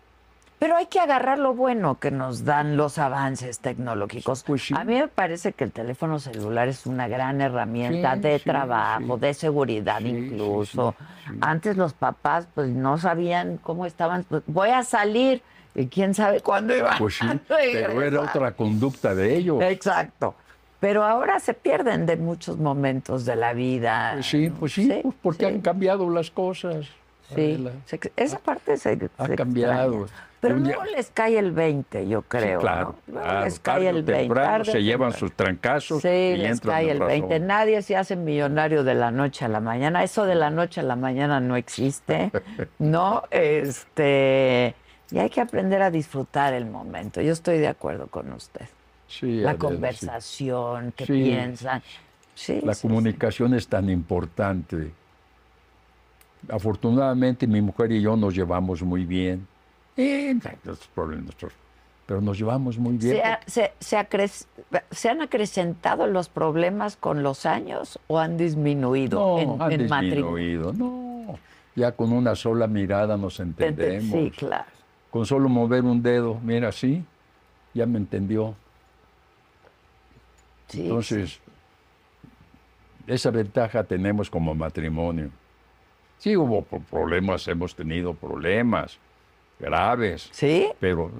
Speaker 5: Pero hay que agarrar lo bueno que nos dan los avances tecnológicos.
Speaker 3: Pues sí.
Speaker 5: A mí me parece que el teléfono celular es una gran herramienta
Speaker 3: Sí,
Speaker 5: de
Speaker 3: sí,
Speaker 5: trabajo,
Speaker 3: sí.
Speaker 5: de seguridad
Speaker 3: Sí, sí,
Speaker 5: incluso.
Speaker 3: sí, sí.
Speaker 5: Antes los papás pues no sabían cómo estaban, pues, voy a salir y quién sabe cuándo iban.
Speaker 3: Pues sí,
Speaker 5: a
Speaker 3: pero era
Speaker 5: regresar.
Speaker 3: otra conducta de ellos.
Speaker 5: Exacto. Pero ahora se pierden de muchos momentos de la vida.
Speaker 3: Pues sí, pues sí, pues porque
Speaker 5: sí,
Speaker 3: han cambiado las cosas.
Speaker 5: sí.
Speaker 3: Adela.
Speaker 5: Se ex- Esa parte se,
Speaker 3: Ha
Speaker 5: se
Speaker 3: cambiado.
Speaker 5: extraña. Pero
Speaker 3: Un día-
Speaker 5: luego les cae el 20, yo
Speaker 3: Sí,
Speaker 5: creo.
Speaker 3: claro,
Speaker 5: ¿no? Luego
Speaker 3: claro,
Speaker 5: les cae
Speaker 3: tarde o
Speaker 5: el 20.
Speaker 3: temprano
Speaker 5: tarde o
Speaker 3: se llevan
Speaker 5: temprano.
Speaker 3: sus trancazos
Speaker 5: Sí,
Speaker 3: y
Speaker 5: les
Speaker 3: entran
Speaker 5: cae
Speaker 3: en
Speaker 5: el
Speaker 3: razón.
Speaker 5: 20. Nadie se hace millonario de la noche a la mañana. Eso de la noche a la mañana no existe, ¿no? Este, y hay que aprender a disfrutar el momento. Yo estoy de acuerdo con usted.
Speaker 3: Sí, Adela,
Speaker 5: La
Speaker 3: sí.
Speaker 5: conversación, qué
Speaker 3: Sí.
Speaker 5: piensan. Sí,
Speaker 3: La
Speaker 5: sí,
Speaker 3: comunicación es tan importante. Afortunadamente mi mujer y yo nos llevamos muy bien. Eh, nuestros problemas, nuestros- pero nos llevamos muy bien.
Speaker 5: ¿Se, ha- se- se acrec- se han acrecentado los problemas con los años o han disminuido
Speaker 3: No,
Speaker 5: en,
Speaker 3: han
Speaker 5: en matrimonio?
Speaker 3: disminuido, no. Ya con una sola mirada nos entendemos.
Speaker 5: Sí, claro.
Speaker 3: Con solo mover un dedo, mira así, ya me entendió.
Speaker 5: Sí,
Speaker 3: Entonces, esa ventaja tenemos como matrimonio. Sí, hubo pro- problemas, hemos tenido problemas graves,
Speaker 5: ¿Sí?
Speaker 3: pero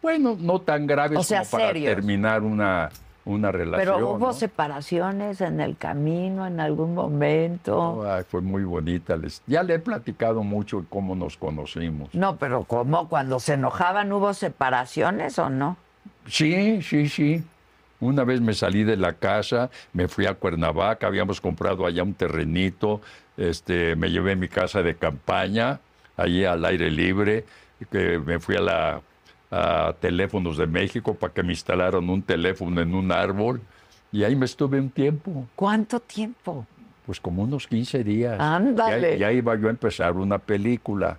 Speaker 3: bueno, no tan graves
Speaker 5: O sea,
Speaker 3: como para
Speaker 5: serios.
Speaker 3: terminar una, una relación.
Speaker 5: Pero hubo
Speaker 3: ¿no?
Speaker 5: separaciones en el camino, en algún momento.
Speaker 3: Ay, Ah, fue muy bonita. les- Ya le he platicado mucho cómo nos conocimos.
Speaker 5: No, pero ¿cómo? Cuando se enojaban hubo separaciones o no?
Speaker 3: Sí, sí, sí. Una vez me salí de la casa, me fui a Cuernavaca, habíamos comprado allá un terrenito, este, me llevé mi casa de campaña, allí al aire libre, que me fui a la a Teléfonos de México para que me instalaron un teléfono en un árbol y ahí me estuve un tiempo,
Speaker 5: ¿Cuánto tiempo?
Speaker 3: pues como unos 15 días.
Speaker 5: Ándale.
Speaker 3: Ya, ya iba yo a empezar una película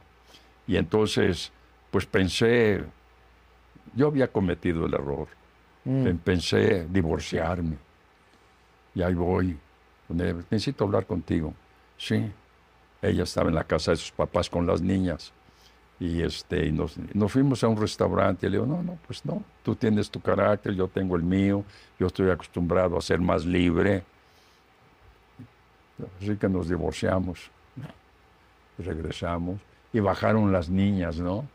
Speaker 3: y entonces pues pensé, yo había cometido el error. Em- Pensé divorciarme. Y ahí voy. con ella, Necesito hablar contigo. Sí. Ella estaba en la casa de sus papás con las niñas. Y este, y nos, nos fuimos a un restaurante. Y le digo, no, no, pues no. Tú tienes tu carácter, yo tengo el mío. Yo estoy acostumbrado a ser más libre. Así que nos divorciamos. Regresamos. Y bajaron las niñas, ¿no?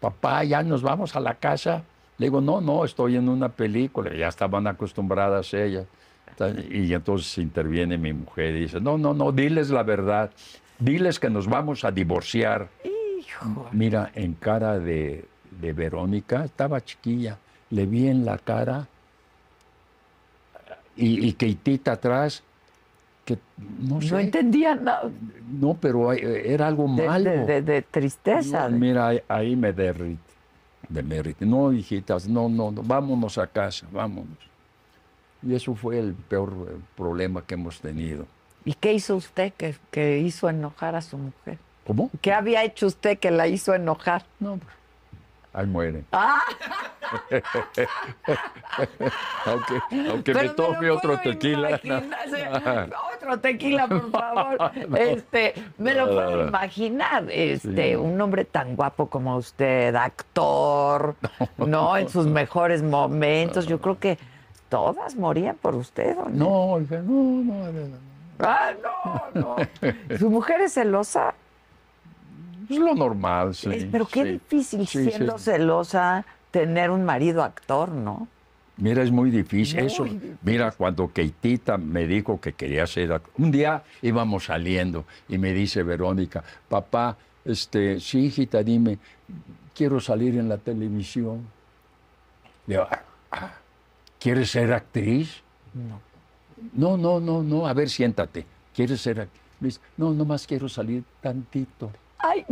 Speaker 3: papá, ya nos vamos a la casa. Le digo, no, no, estoy en una película, ya estaban acostumbradas ellas. Ta- Y entonces interviene mi mujer y dice, no, no, no, diles la verdad, diles que nos vamos a divorciar. Mira, en cara de, de Verónica, estaba chiquilla, le vi en la cara y, y Keitita atrás, que no sé,
Speaker 5: No entendía nada.
Speaker 3: no, pero eh, era algo
Speaker 5: De,
Speaker 3: malo.
Speaker 5: de- de- de tristeza.
Speaker 3: No,
Speaker 5: de-
Speaker 3: mira, ahí, ahí me derrite. Me derrite. No, hijitas, no, no, no, vámonos a casa, vámonos. Y eso fue el peor eh, problema que hemos tenido.
Speaker 5: ¿Y qué hizo usted que, que hizo enojar a su mujer?
Speaker 3: ¿Cómo?
Speaker 5: ¿Qué había hecho usted que la hizo enojar?
Speaker 3: No, pues, Ahí muere.
Speaker 5: Ah,
Speaker 3: Aunque, aunque
Speaker 5: pero
Speaker 3: me
Speaker 5: lo
Speaker 3: tome
Speaker 5: puedo
Speaker 3: otro tequila.
Speaker 5: imaginar, sí. Otro tequila, por favor. Este, me lo
Speaker 3: No, no,
Speaker 5: puedo
Speaker 3: no.
Speaker 5: imaginar. Este, un hombre tan guapo como usted, actor, ¿no? En sus mejores momentos. Yo creo que todas morían por usted, ¿o no?
Speaker 3: No, dije, no, no, Adela,
Speaker 5: Ah, no, no. Su mujer es celosa.
Speaker 3: no. Es lo normal, sí.
Speaker 5: Es- pero qué
Speaker 3: sí.
Speaker 5: difícil
Speaker 3: Sí, sí.
Speaker 5: siendo celosa tener un marido actor, ¿no?
Speaker 3: Mira, es muy difícil eso. Mira, cuando Keitita me dijo que quería ser ac- un día íbamos saliendo y me dice Verónica, papá, este, sí, hijita, dime, quiero salir en la televisión. Le digo, "Ah, ah, ¿quieres ser actriz? No. No, no, no, no, a ver, siéntate. ¿Quieres ser actriz? Me dice, No, nomás quiero salir tantito.
Speaker 5: Ay,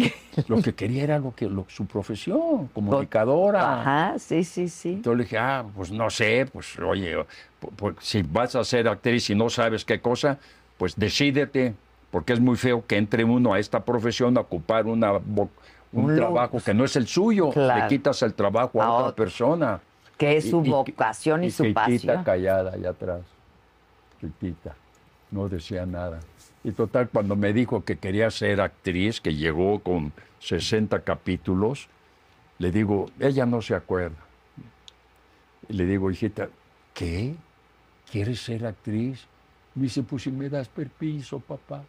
Speaker 3: Lo que quería era lo que, lo- su profesión, comunicadora.
Speaker 5: Ajá, sí, sí, sí.
Speaker 3: Entonces le dije, ah, pues no sé, pues oye, pu- pu- si vas a ser actriz y no sabes qué cosa, pues decídete, porque es muy feo que entre uno a esta profesión a ocupar una, vo- un,
Speaker 5: Un
Speaker 3: trabajo que no es el suyo,
Speaker 5: Claro.
Speaker 3: le quitas el trabajo a,
Speaker 5: A
Speaker 3: otra
Speaker 5: otro.
Speaker 3: persona.
Speaker 5: Que es
Speaker 3: Y-
Speaker 5: su
Speaker 3: y que-
Speaker 5: vocación y, su
Speaker 3: Titita
Speaker 5: pasión.
Speaker 3: callada allá atrás, Titita, no decía nada. Y total, cuando me dijo que quería ser actriz, que llegó con 60 capítulos, le digo, ella no se acuerda. Y le digo, hijita, ¿qué? ¿Quieres ser actriz? Me dice, pues si me das permiso, papá.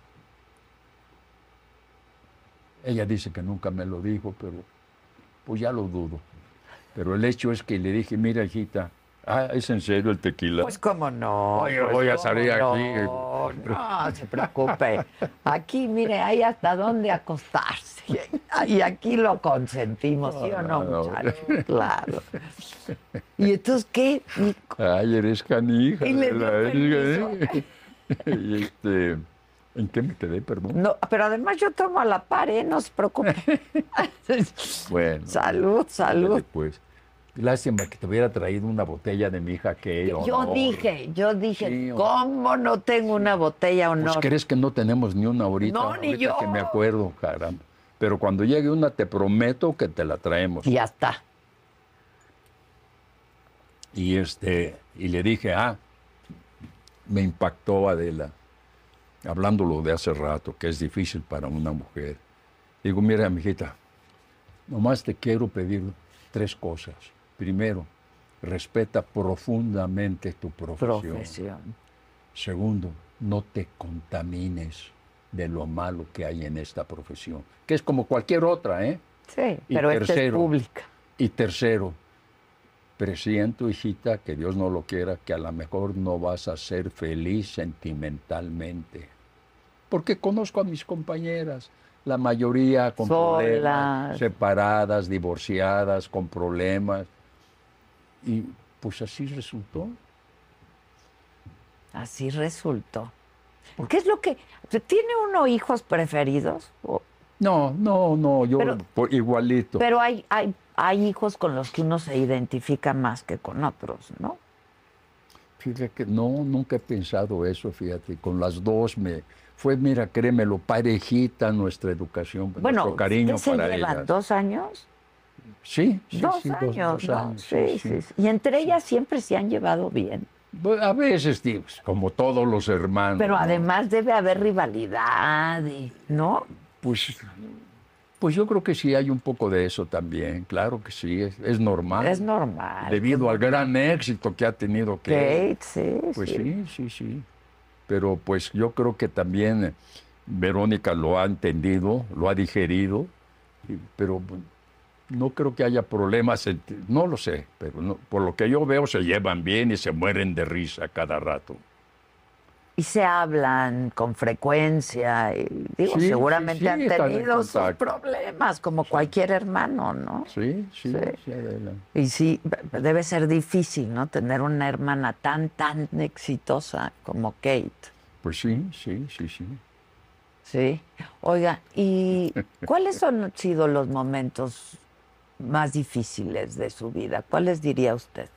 Speaker 3: Ella dice que nunca me lo dijo, pero pues ya lo dudo. Pero el hecho es que le dije, mira, hijita, ah, es en serio el tequila.
Speaker 5: Pues cómo no.
Speaker 3: Oye,
Speaker 5: pues,
Speaker 3: voy a
Speaker 5: cómo
Speaker 3: salir eh,
Speaker 5: no.
Speaker 3: aquí.
Speaker 5: No, se preocupe. Aquí, mire, hay hasta dónde acostarse. Y aquí lo consentimos, ¿sí o
Speaker 3: No,
Speaker 5: no,
Speaker 3: no.
Speaker 5: muchachos? Claro. Y entonces, ¿qué? Y-
Speaker 3: Ay, eres canija.
Speaker 5: Y le dio
Speaker 3: ¿verdad?
Speaker 5: permiso.
Speaker 3: Y, este, ¿En qué me quedé, perdón?
Speaker 5: No, pero además yo tomo a la par, ¿eh? No se preocupe.
Speaker 3: Bueno.
Speaker 5: salud, salud.
Speaker 3: ándale, pues. Lástima que te hubiera traído una botella de mi hija que
Speaker 5: Yo dije, yo dije,
Speaker 3: Sí, honor.
Speaker 5: ¿cómo no tengo una botella
Speaker 3: Pues
Speaker 5: honor?
Speaker 3: crees que no tenemos ni una ahorita.
Speaker 5: No, ni
Speaker 3: ahorita
Speaker 5: yo.
Speaker 3: Que me acuerdo, caramba. Pero cuando llegue una, te prometo que te la traemos.
Speaker 5: Y ya está.
Speaker 3: Y este, y le dije, ah, me impactó Adela, hablándolo de hace rato, que es difícil para una mujer. Digo, mira, mijita, nomás te quiero pedir tres cosas. Primero, respeta profundamente tu
Speaker 5: Profesión.
Speaker 3: Segundo, no te contamines de lo malo que hay en esta profesión, que es como cualquier otra, ¿eh?
Speaker 5: Sí,
Speaker 3: Y
Speaker 5: pero esta es
Speaker 3: tercero,
Speaker 5: pública.
Speaker 3: Y tercero, presiento, hijita, que Dios no lo quiera, que a lo mejor no vas a ser feliz sentimentalmente. Porque conozco a mis compañeras, la mayoría con
Speaker 5: Solas.
Speaker 3: problemas, separadas, divorciadas, con problemas. Y pues así resultó.
Speaker 5: Así resultó. ¿Qué es lo que. ¿Tiene uno hijos preferidos? O-
Speaker 3: No, no, no, yo
Speaker 5: Pero-
Speaker 3: por- igualito.
Speaker 5: Pero hay, hay, hay hijos con los que uno se identifica más que con otros, ¿no?
Speaker 3: Fíjate que no, nunca he pensado eso, fíjate, con las dos me fue, mira, créemelo, parejita nuestra educación,
Speaker 5: Bueno,
Speaker 3: nuestro cariño
Speaker 5: ¿ustedes se
Speaker 3: para
Speaker 5: llevan
Speaker 3: ellas.
Speaker 5: dos años?
Speaker 3: Sí, sí,
Speaker 5: dos,
Speaker 3: sí,
Speaker 5: años,
Speaker 3: dos
Speaker 5: ¿no?
Speaker 3: años,
Speaker 5: sí, sí, sí. Y entre ellas siempre se han llevado bien.
Speaker 3: Bueno, A veces, tío, pues, como todos los hermanos.
Speaker 5: Pero
Speaker 3: ¿no?
Speaker 5: además debe haber rivalidad, y- ¿no?
Speaker 3: Pues, pues yo creo que sí hay un poco de eso también, claro que sí, es, es normal.
Speaker 5: Es normal.
Speaker 3: Debido al gran éxito que ha tenido que...
Speaker 5: Kate, sí,
Speaker 3: Pues
Speaker 5: sí.
Speaker 3: sí, sí, sí. Pero pues yo creo que también eh, Verónica lo ha entendido, lo ha digerido, y- pero bueno, no creo que haya problemas, en- no lo sé, pero no- por lo que yo veo se llevan bien y se mueren de risa cada rato.
Speaker 5: Y se hablan con frecuencia. y digo,
Speaker 3: Sí, sí,
Speaker 5: seguramente
Speaker 3: sí,
Speaker 5: han
Speaker 3: están en
Speaker 5: tenido sus
Speaker 3: contacto.
Speaker 5: problemas, como cualquier hermano, ¿no?
Speaker 3: Sí, sí,
Speaker 5: Sí.
Speaker 3: sí, Adela.
Speaker 5: Y sí, b- debe ser difícil, ¿no? Tener una hermana tan, tan exitosa como Kate.
Speaker 3: Pues sí, sí, sí, sí.
Speaker 5: Sí. Oiga, ¿y cuáles son- han sido los momentos más difíciles de su vida? ¿Cuáles diría usted?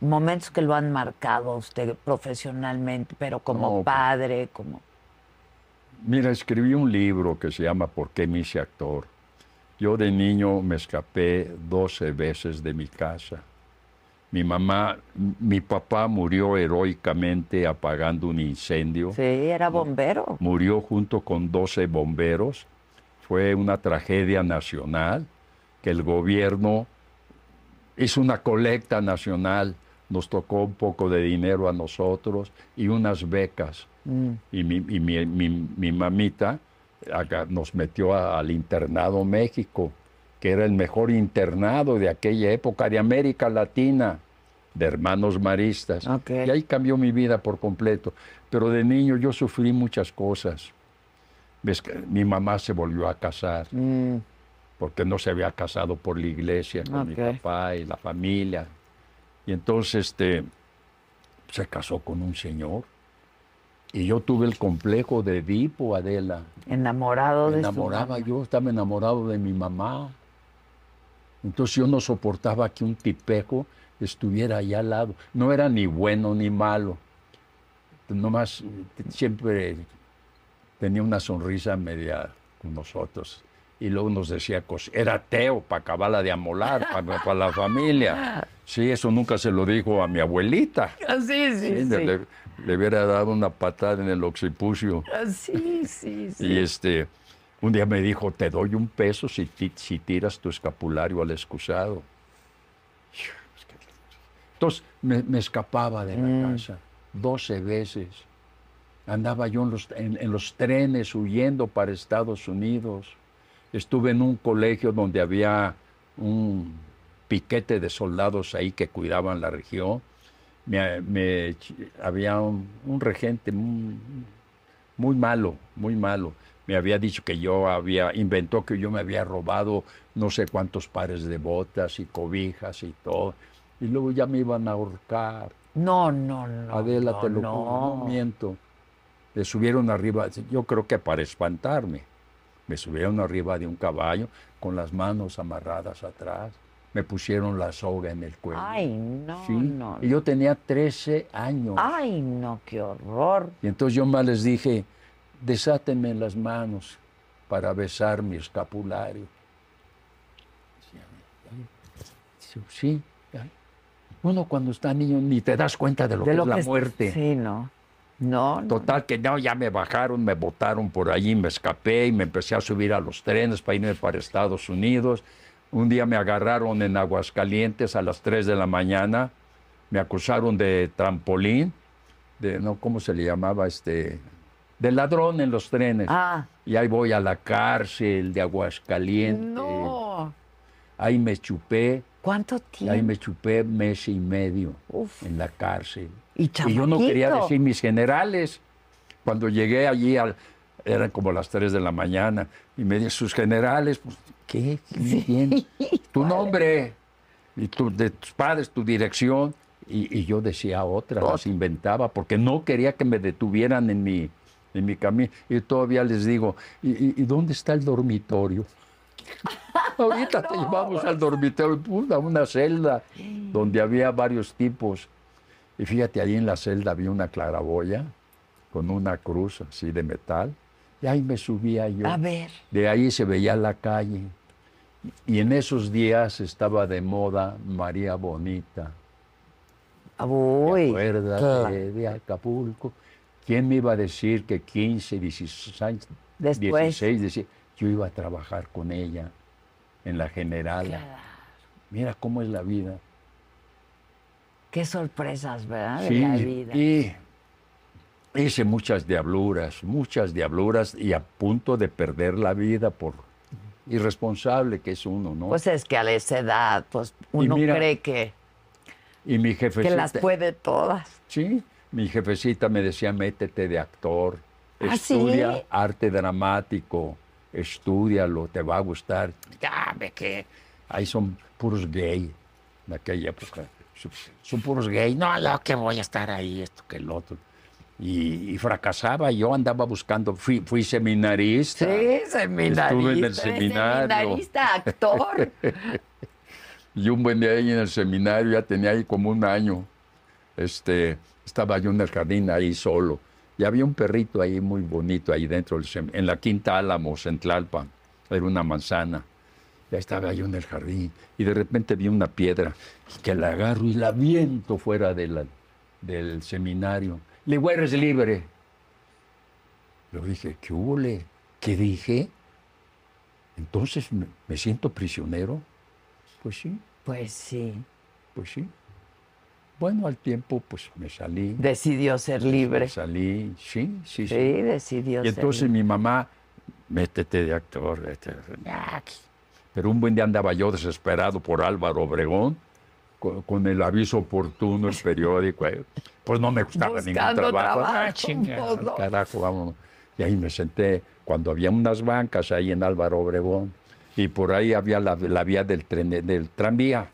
Speaker 5: Momentos que lo han marcado a usted profesionalmente, pero
Speaker 3: No,
Speaker 5: como
Speaker 3: pues-
Speaker 5: padre, como...
Speaker 3: Mira, escribí un libro que se llama ¿Por qué me hice actor? Yo de niño me escapé 12 veces de mi casa. Mi mamá, m- mi papá murió heroicamente apagando un incendio.
Speaker 5: Sí, era bombero.
Speaker 3: Murió junto con 12 bomberos. Fue una tragedia nacional que el gobierno hizo una colecta nacional, nos tocó un poco de dinero a nosotros y unas becas. Y, mi, y mi- mi- mi mamita acá nos metió a- al internado México, que era el mejor internado de aquella época de América Latina, de hermanos maristas.
Speaker 5: Ok.
Speaker 3: Y ahí cambió mi vida por completo. Pero de niño yo sufrí muchas cosas. Ves que Mi mamá se volvió a casar
Speaker 5: Mm,
Speaker 3: porque no se había casado por la iglesia con
Speaker 5: Ok.
Speaker 3: mi papá y la familia. Y entonces este, se casó con un señor. Y yo tuve el complejo de Edipo, Adela.
Speaker 5: enamorado
Speaker 3: Me
Speaker 5: de su
Speaker 3: enamoraba,
Speaker 5: mamá.
Speaker 3: yo estaba enamorado de mi mamá. Entonces yo no soportaba que un tipejo estuviera allá al lado. No era ni bueno ni malo. Nomás eh, siempre tenía una sonrisa media con nosotros. Y luego nos decía cosas. Era ateo para acabarla de amolar, para, la familia. Sí, eso nunca se lo dijo a mi abuelita.
Speaker 5: Ah, Sí, sí,
Speaker 3: Sí,
Speaker 5: sí.
Speaker 3: Le, le hubiera dado una patada en el occipucio.
Speaker 5: Ah, sí, sí, sí.
Speaker 3: Y este, un día me dijo, te doy un peso si, ti- si tiras tu escapulario al excusado. Entonces me, me escapaba de la casa 12 veces. Andaba yo en los, en- en los trenes huyendo para Estados Unidos. Estuve en un colegio donde había un piquete de soldados ahí que cuidaban la región. Me- me ch- había un, un regente, un- muy malo, muy malo. Me había dicho que yo había, inventó que yo me había robado no sé cuántos pares de botas y cobijas y todo. Y luego ya me iban a ahorcar.
Speaker 5: No, no, no.
Speaker 3: Adela,
Speaker 5: no,
Speaker 3: te lo juro,
Speaker 5: no.
Speaker 3: no miento. Le subieron arriba, yo creo que para espantarme. Me subieron arriba de un caballo con las manos amarradas atrás. Me pusieron la soga en el cuello.
Speaker 5: Ay, no,
Speaker 3: Sí.
Speaker 5: no.
Speaker 3: Y yo tenía 13 años.
Speaker 5: Ay, no, qué horror.
Speaker 3: Y entonces yo más les dije, desátenme las manos para besar mi escapulario. Dice, Sí. ay". Uno cuando está niño ni te das cuenta de lo que
Speaker 5: lo
Speaker 3: es la
Speaker 5: que es-
Speaker 3: muerte.
Speaker 5: Sí, no. No, no.
Speaker 3: Total que no, ya me bajaron, me botaron por allí, me escapé y me empecé a subir a los trenes para irme para Estados Unidos. Un día me agarraron en Aguascalientes a las 3 de la mañana, me acusaron de trampolín, de no cómo se le llamaba este, de ladrón en los trenes.
Speaker 5: Ah,
Speaker 3: Y ahí voy a la cárcel de Aguascalientes.
Speaker 5: no.
Speaker 3: Ahí me chupé,
Speaker 5: ¿Cuánto
Speaker 3: y ahí
Speaker 5: tiempo?
Speaker 3: me chupé mes y medio
Speaker 5: Uf.
Speaker 3: en la cárcel.
Speaker 5: Y
Speaker 3: Y yo no quería
Speaker 5: chamaquito.
Speaker 3: decir mis generales. Cuando llegué allí, al- eran como las 3 de la mañana, y me dice, sus generales, pues, ¿qué? ¿Qué me tienes? Tu nombre, y tu, de tus padres, tu dirección. Y, y yo decía otras, las inventaba, porque no quería que me detuvieran en mi, en mi camino. Y todavía les digo, ¿y, y- y dónde está el dormitorio? Ahorita te llevamos al dormitorio, puta, una celda donde había varios tipos. Y fíjate, ahí en la celda había una claraboya con una cruz así de metal. Y ahí me subía yo.
Speaker 5: A ver.
Speaker 3: De ahí se veía la calle. Y en esos días estaba de moda María Bonita.
Speaker 5: Uy.
Speaker 3: Acuérdate
Speaker 5: claro.
Speaker 3: de Acapulco. ¿Quién me iba a decir que 15, 16, años-
Speaker 5: Después.
Speaker 3: 16, 17, yo iba a trabajar con ella en la generala? Mira cómo es la vida.
Speaker 5: Qué sorpresas, ¿verdad?
Speaker 3: Sí,
Speaker 5: Ah, De la vida.
Speaker 3: Y hice muchas diabluras, muchas diabluras y a punto de perder la vida por irresponsable que es uno, ¿no?
Speaker 5: Pues es que a esa edad, pues uno
Speaker 3: mira, pues
Speaker 5: cree que,
Speaker 3: y mi jefe
Speaker 5: que las puede todas.
Speaker 3: Sí, mi jefecita me decía, métete de actor,
Speaker 5: ¿Ah, sí?
Speaker 3: estudia arte dramático, estudialo, te va a gustar. Ya, ve que ahí son puros gay en aquella época. Son- Son puros gay. No, no, que voy a estar ahí, esto que el otro. Y, y fracasaba, yo andaba buscando, fui, fui seminarista.
Speaker 5: Sí, seminarista.
Speaker 3: Estuve en el
Speaker 5: eres
Speaker 3: seminario.
Speaker 5: Seminarista, actor.
Speaker 3: Y un buen día ahí en el seminario, ya tenía ahí como un año, este, estaba yo en el jardín ahí solo. Y había un perrito ahí muy bonito, ahí dentro, del sem- en la Quinta Álamos, en Tlalpan. Era una manzana. Ya estaba yo en el jardín y de repente vi una piedra que la agarro y la viento fuera de la- del seminario. Le digo, eres libre. Yo dije, ¿qué hule? ¿Qué dije? Entonces me- me siento prisionero. Pues sí,
Speaker 5: Pues sí.
Speaker 3: pues sí. Bueno, al tiempo pues me salí.
Speaker 5: Decidió ser libre.
Speaker 3: Salí, sí, sí, sí.
Speaker 5: Sí, decidió
Speaker 3: Y
Speaker 5: ser
Speaker 3: entonces
Speaker 5: libre.
Speaker 3: mi mamá, métete de actor. vete". Pero un buen día andaba yo desesperado por Álvaro Obregón, con, con el aviso oportuno, el periódico. eh. Pues no me gustaba
Speaker 5: Buscando
Speaker 3: ningún trabajo.
Speaker 5: trabajo,
Speaker 3: Ah, chinga,
Speaker 5: pues no.
Speaker 3: carajo, vámonos. Y ahí me senté cuando había unas bancas ahí en Álvaro Obregón. Y por ahí había la, la vía del, tren, del tranvía.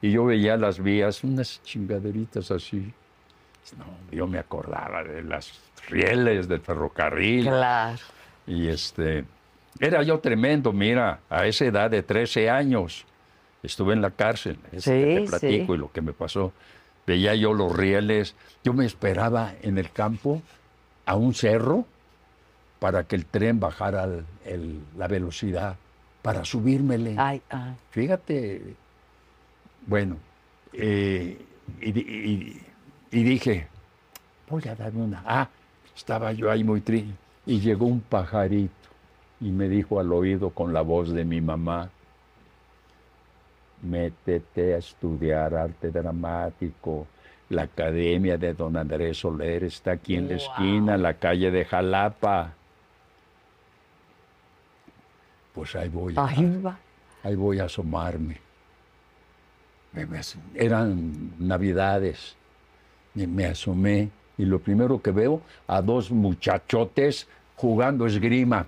Speaker 3: Y yo veía las vías, unas chingaderitas así. No, yo me acordaba de las rieles del ferrocarril.
Speaker 5: Claro.
Speaker 3: Y este, era yo tremendo, mira, a esa edad de 13 años estuve en la cárcel, es lo que
Speaker 5: Sí,
Speaker 3: te platico y lo que me pasó. Veía yo los rieles, yo me esperaba en el campo a un cerro para que el tren bajara el- el- la velocidad, para subírmele.
Speaker 5: Ay, ay.
Speaker 3: Fíjate, bueno, eh, y, di- y- y dije, voy a dar una. Ah, estaba yo ahí muy triste. Y llegó un pajarito y me dijo al oído con la voz de mi mamá, métete a estudiar arte dramático. La academia de don Andrés Soler está aquí en la esquina, en la calle de Jalapa. Pues ahí voy.
Speaker 5: Ay, va.
Speaker 3: Ahí voy a asomarme. Me- me as- Eran navidades. Y me asomé y lo primero que veo a dos muchachotes jugando esgrima.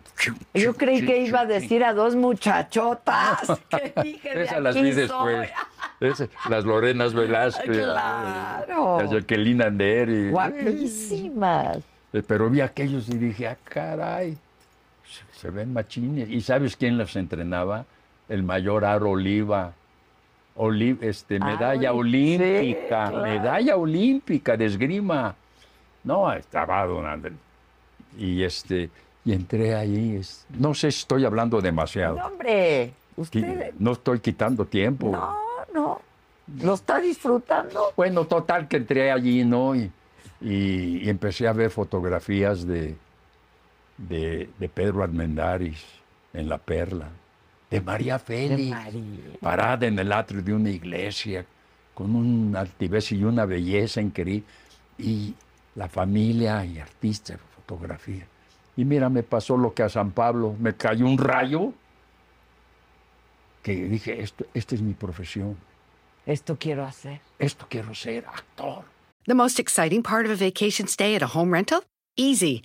Speaker 5: Yo creí que iba a decir a dos muchachotas que dije de
Speaker 3: Esas las pues".
Speaker 5: aquí
Speaker 3: vi después.
Speaker 5: soy.
Speaker 3: Esas, las Lorenas Velázquez.
Speaker 5: Claro.
Speaker 3: La Jacqueline Ander. y-
Speaker 5: Guapísimas.
Speaker 3: Eh, Pero vi aquellos y dije, ah, caray, se, se ven machines. ¿Y sabes quién los entrenaba? El mayor Aro Oliva. Oli- este, medalla
Speaker 5: Oli- sí,
Speaker 3: olímpica,
Speaker 5: claro.
Speaker 3: medalla olímpica de esgrima. No, estaba don Andrés. Y, este, y entré ahí. es- no sé si estoy hablando demasiado.
Speaker 5: No, hombre,
Speaker 3: Qui-
Speaker 5: usted
Speaker 3: no estoy quitando tiempo.
Speaker 5: no, no. Lo está disfrutando.
Speaker 3: Bueno, total que entré allí, ¿no? Y, y- y empecé a ver fotografías de, de, de Pedro Armendáriz en La Perla, de María Félix, parada en el atrio de una iglesia, con un altivez y una belleza increíble, y la familia y artistas, fotografía. Y mira, me pasó lo que a San Pablo, me cayó un rayo, que dije, esto, esta es mi profesión
Speaker 5: Esto quiero hacer.
Speaker 3: esto quiero ser actor.
Speaker 6: The most exciting part of a vacation stay at a home rental? Easy.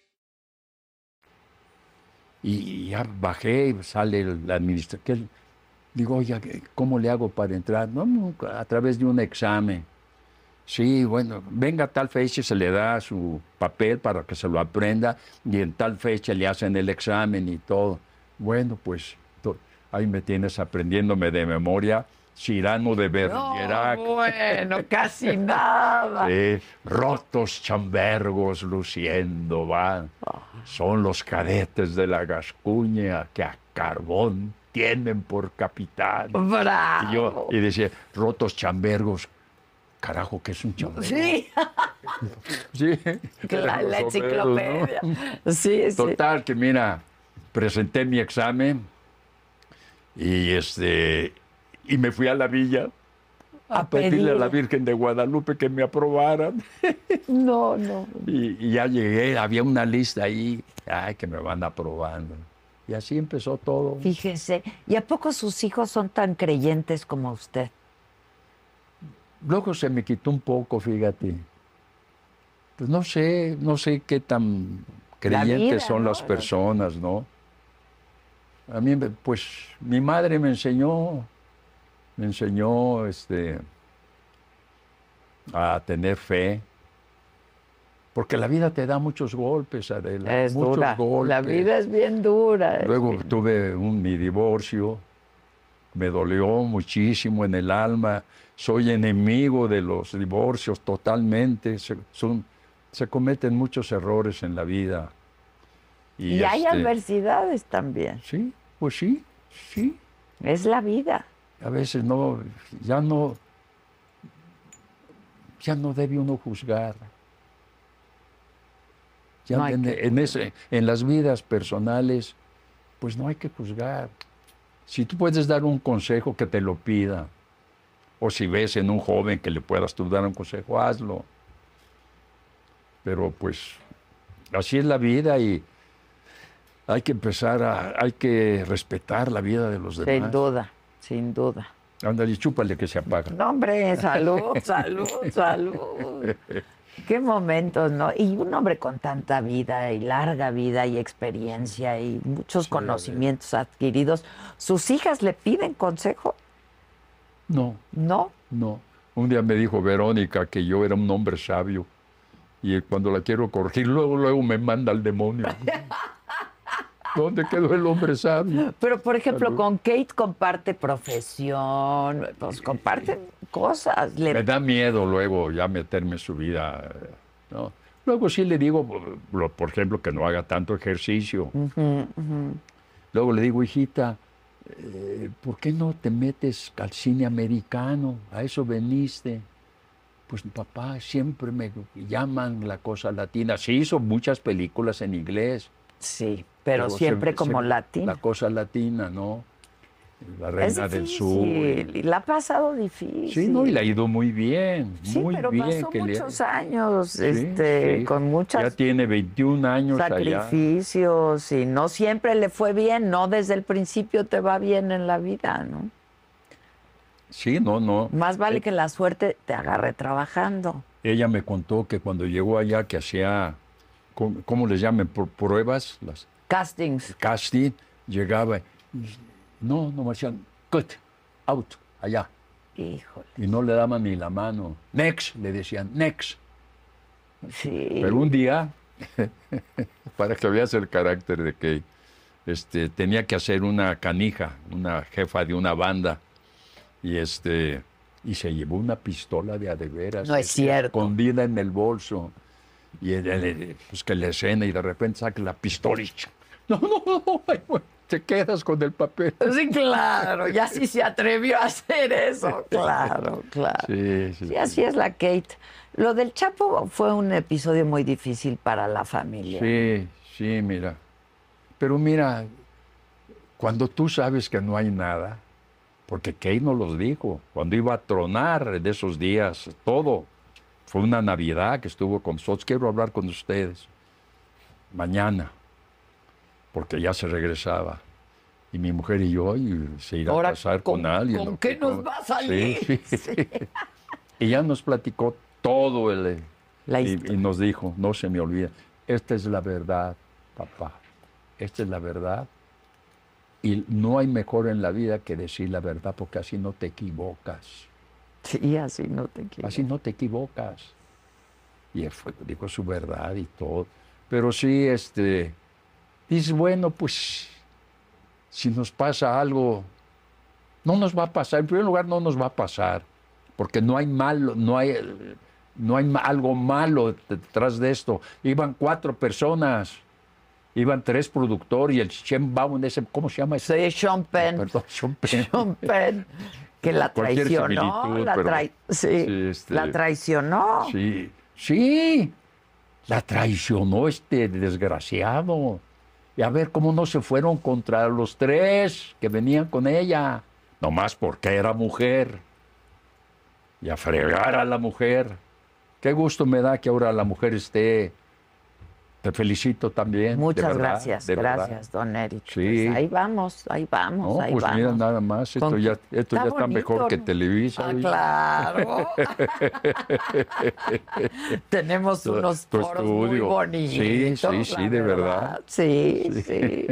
Speaker 3: Y ya bajé, y sale el administrador. Digo, oye, ¿cómo le hago para entrar? No, no, a través de un examen. Sí, bueno, venga a tal fecha, se le da su papel para que se lo aprenda y en tal fecha le hacen el examen y todo. Bueno, pues to- ahí me tienes aprendiéndome de memoria Cirano de Bergerac.
Speaker 5: bueno, casi nada.
Speaker 3: Sí, rotos chambergos luciendo van.
Speaker 5: Ah.
Speaker 3: Son los cadetes de la Gascuña que a Carbón tienen por capitán.
Speaker 5: Bravo.
Speaker 3: Y yo y decía, rotos chambergos. Carajo, ¿qué es un chambergo?
Speaker 5: Sí,
Speaker 3: Sí.
Speaker 5: la, la
Speaker 3: Los sombreros, ¿no?
Speaker 5: enciclopedia. Sí, sí.
Speaker 3: Total, que mira, presenté mi examen y este y me fui a la villa a pedirle a la Virgen de Guadalupe que me aprobaran.
Speaker 5: No, no.
Speaker 3: Y, y ya llegué, había una lista ahí, ay, que me van aprobando. Y así empezó todo.
Speaker 7: Fíjese, ¿y a poco sus hijos son tan creyentes como usted?
Speaker 3: Luego se me quitó un poco, fíjate. Pues no sé, no sé qué tan creyentes
Speaker 7: vida,
Speaker 3: son
Speaker 7: ¿no?
Speaker 3: las personas, ¿no? A mí, me- pues, mi madre me enseñó, me enseñó, este, a tener fe. Porque la vida te da muchos golpes, Adela.
Speaker 5: Es
Speaker 3: muchos
Speaker 5: dura.
Speaker 3: golpes.
Speaker 5: La vida es bien dura. ¿eh?
Speaker 3: Luego tuve un, mi divorcio, me dolió muchísimo en el alma, soy enemigo de los divorcios totalmente, se, son- se cometen muchos errores en la vida.
Speaker 5: Y, hay
Speaker 3: este,
Speaker 5: adversidades también.
Speaker 3: Sí, pues sí, sí.
Speaker 5: Es la vida.
Speaker 3: A veces no, ya no, ya no debe uno juzgar. Ya
Speaker 5: No hay
Speaker 3: en, e,
Speaker 5: que
Speaker 3: en ese- en las vidas personales, pues no hay que juzgar. Si tú puedes dar un consejo que te lo pida, o si ves en un joven que le puedas tú dar un consejo, hazlo. Pero pues así es la vida y hay que empezar a, hay que respetar la vida de los
Speaker 5: Sin
Speaker 3: demás.
Speaker 5: duda, sin duda.
Speaker 3: Ándale, chúpale que se apaga.
Speaker 5: No, hombre, salud, salud, salud. Qué momentos, ¿no? Y un hombre con tanta vida y larga vida y experiencia y muchos
Speaker 3: Sí,
Speaker 5: conocimientos adquiridos, ¿sus hijas le piden consejo?
Speaker 3: No,
Speaker 5: ¿No?
Speaker 3: no. Un día me dijo Verónica que yo era un hombre sabio y cuando la quiero corregir, luego, luego me manda al demonio. ¿Dónde quedó el hombre sabio?
Speaker 5: Pero, por ejemplo,
Speaker 3: Salud.
Speaker 5: con Kate comparte profesión, pues comparten cosas. le-
Speaker 3: Me da miedo luego ya meterme en su vida. eh, ¿no? Luego sí le digo, por- lo- por ejemplo, que no haga tanto ejercicio. Luego le digo, hijita, eh, ¿por qué no te metes al cine americano? A eso veniste. Pues papá, siempre me llaman la cosa latina. Sí hizo muchas películas en inglés.
Speaker 5: Sí, pero
Speaker 3: se-
Speaker 5: siempre
Speaker 3: se-
Speaker 5: como latina.
Speaker 3: La cosa latina, ¿no? La reina del sur.
Speaker 5: difícil, Y la ha pasado difícil.
Speaker 3: Sí, no, y le ha ido muy bien.
Speaker 5: Sí,
Speaker 3: muy
Speaker 5: pero
Speaker 3: bien.
Speaker 5: pasó
Speaker 3: que le-
Speaker 5: muchos años
Speaker 3: Sí,
Speaker 5: este,
Speaker 3: sí.
Speaker 5: con
Speaker 3: Ya
Speaker 5: muchos
Speaker 3: tiene 21 años allá.
Speaker 5: sacrificios y no siempre le fue bien, no desde el principio te va bien en la vida, ¿no?
Speaker 3: Sí, no, no.
Speaker 5: Más vale
Speaker 3: Eh.
Speaker 5: que la suerte te agarre trabajando.
Speaker 3: Ella me contó que cuando llegó allá que hacía, ¿cómo, cómo les llaman? Por- pruebas, las
Speaker 5: Castings.
Speaker 3: casting, llegaba. y- No, no me hacían cut, out, allá.
Speaker 5: Híjole,
Speaker 3: Y no le daban ni la mano. Next, le decían, next.
Speaker 5: sí.
Speaker 3: Pero un día, para que veas el carácter de que este, tenía que hacer una canija, una jefa de una banda, y este y se llevó una pistola de a de veras,
Speaker 5: No es
Speaker 3: este,
Speaker 5: cierto.
Speaker 3: escondida en el bolso. Y él- él- pues que le escena y de repente saca la pistola y ch- no, no, no, no, ay, güey, te quedas con el papel.
Speaker 5: Sí, claro, ya sí se atrevió a hacer eso. Claro, claro.
Speaker 3: Sí, sí,
Speaker 5: Sí, así es la Kate. Lo del Chapo fue un episodio muy difícil para la familia.
Speaker 3: Sí, sí, mira. Pero mira, cuando tú sabes que no hay nada, porque Key nos los dijo, cuando iba a tronar de esos días, todo. Fue una Navidad que estuvo con nosotros. Quiero hablar con ustedes mañana, porque ya se regresaba. Y mi mujer y yo y se irá
Speaker 5: Ahora,
Speaker 3: a casar
Speaker 5: ¿con-
Speaker 3: con, alguien.
Speaker 5: con
Speaker 3: ¿no?
Speaker 5: qué nos va a salir?
Speaker 3: Sí, sí. y ya nos platicó todo el,
Speaker 5: La
Speaker 3: y-
Speaker 5: historia.
Speaker 3: y, nos dijo, no se me olvida, esta es la verdad, papá, esta es la verdad. Y no hay mejor en la vida que decir la verdad porque así no te equivocas.
Speaker 5: Sí, así no te quiero.
Speaker 3: Así no te equivocas. Y él fue- dijo su verdad y todo. Pero sí, este, dices, bueno, pues si nos pasa algo, no nos va a pasar. En primer lugar, no nos va a pasar. Porque no hay malo, no hay, eh, no hay ma- algo malo detrás de esto. Iban cuatro personas, iban tres productores y el Shenbaum, ese, ¿cómo se llama ese?
Speaker 5: Soy Sean Penn.
Speaker 3: Perdón, Sean Penn.
Speaker 5: Sean Penn, que la
Speaker 3: Cualquier
Speaker 5: traicionó.
Speaker 3: similitud,
Speaker 5: La,
Speaker 3: pero-
Speaker 5: trai- sí,
Speaker 3: sí, este-
Speaker 5: la traicionó.
Speaker 3: Sí, sí, la traicionó este desgraciado. Y a ver cómo no se fueron contra los tres que venían con ella. Nomás porque era mujer. y a fregar a la mujer. Qué gusto me da que ahora la mujer esté. Te felicito también. de
Speaker 5: Muchas
Speaker 3: verdad,
Speaker 5: gracias,
Speaker 3: de verdad.
Speaker 5: gracias, don Eric.
Speaker 3: Sí.
Speaker 5: Pues ahí vamos, ahí vamos,
Speaker 3: No,
Speaker 5: ahí
Speaker 3: pues
Speaker 5: vamos.
Speaker 3: mira nada más, esto
Speaker 5: Con-
Speaker 3: ya, esto
Speaker 5: Está
Speaker 3: ya está
Speaker 5: bonito,
Speaker 3: mejor que
Speaker 5: ¿no?
Speaker 3: Televisa.
Speaker 5: Ah,
Speaker 3: oye.
Speaker 5: claro. Tenemos
Speaker 3: Tu-
Speaker 5: unos
Speaker 3: tu
Speaker 5: foros muy
Speaker 3: estudio.
Speaker 5: bonitos.
Speaker 3: pues Sí, sí, sí,
Speaker 5: la
Speaker 3: de verdad.
Speaker 5: Sí, sí.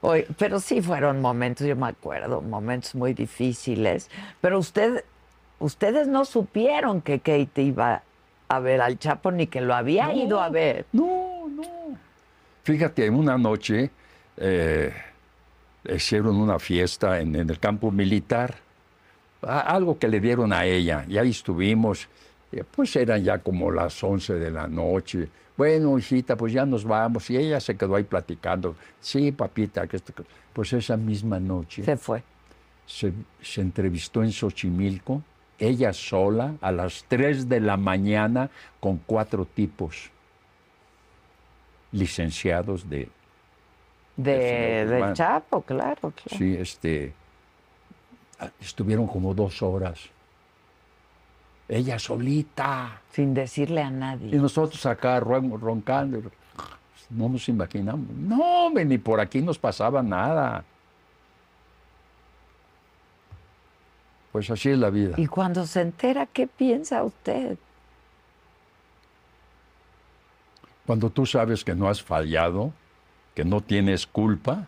Speaker 5: Oye, pero sí fueron momentos, yo me acuerdo, momentos muy difíciles. Pero usted, ustedes no supieron que Kate iba a ver al Chapo ni que lo había ido a ver.
Speaker 3: No, no. Fíjate, una noche eh, hicieron una fiesta en, en el campo militar, a- algo que le dieron a ella, y ahí estuvimos, eh, pues eran ya como las 11 de la noche. Bueno, hijita, pues ya nos vamos. Y ella se quedó ahí platicando. Sí, papita, que esto que-". Pues esa misma noche
Speaker 5: Se fue.
Speaker 3: se, se entrevistó en Xochimilco, ella sola, a las 3 de la mañana, con cuatro tipos licenciados de,
Speaker 5: De,
Speaker 3: señor
Speaker 5: del
Speaker 3: Guzmán.
Speaker 5: Chapo, claro. claro.
Speaker 3: sí, este, a- estuvieron como dos horas. Ella solita.
Speaker 5: Sin decirle a
Speaker 3: Y
Speaker 5: nadie.
Speaker 3: nosotros acá ron- roncando. y No nos imaginamos. No, hombre, ni por aquí nos pasaba nada. Pues así es la vida.
Speaker 5: Y cuando se entera, ¿qué piensa usted?
Speaker 3: Cuando tú sabes que no has fallado, que no tienes culpa,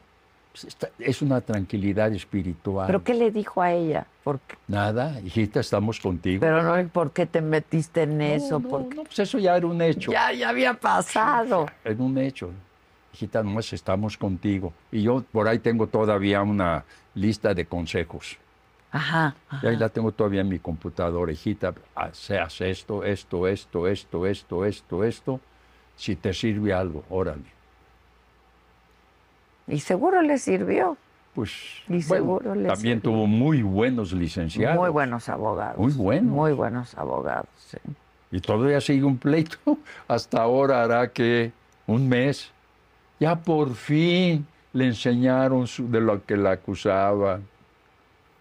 Speaker 3: pues esta- es una tranquilidad espiritual.
Speaker 5: ¿Pero qué le dijo a ella? ¿Por qué?
Speaker 3: Nada, hijita, estamos contigo.
Speaker 5: Pero no el por qué te metiste en eso,
Speaker 3: no,
Speaker 5: porque
Speaker 3: no, pues eso ya era un hecho.
Speaker 5: ya, ya había pasado.
Speaker 3: Era un hecho. Hijita, nomás estamos contigo. Y yo por ahí tengo todavía una lista de consejos.
Speaker 5: Ajá.
Speaker 3: Y ahí la tengo todavía en mi computadora, hijita. ah, Seas esto, esto, esto, esto, esto, esto, esto. Si te sirve algo, órale.
Speaker 5: Y seguro le sirvió.
Speaker 3: Pues
Speaker 5: Y seguro le
Speaker 3: también
Speaker 5: sirve.
Speaker 3: tuvo muy buenos licenciados.
Speaker 5: Muy buenos abogados.
Speaker 3: Muy buenos.
Speaker 5: Muy buenos abogados. sí.
Speaker 3: Y todavía sigue un pleito. Hasta ahora hará que un mes. Ya por fin le enseñaron su- de lo que la acusaba.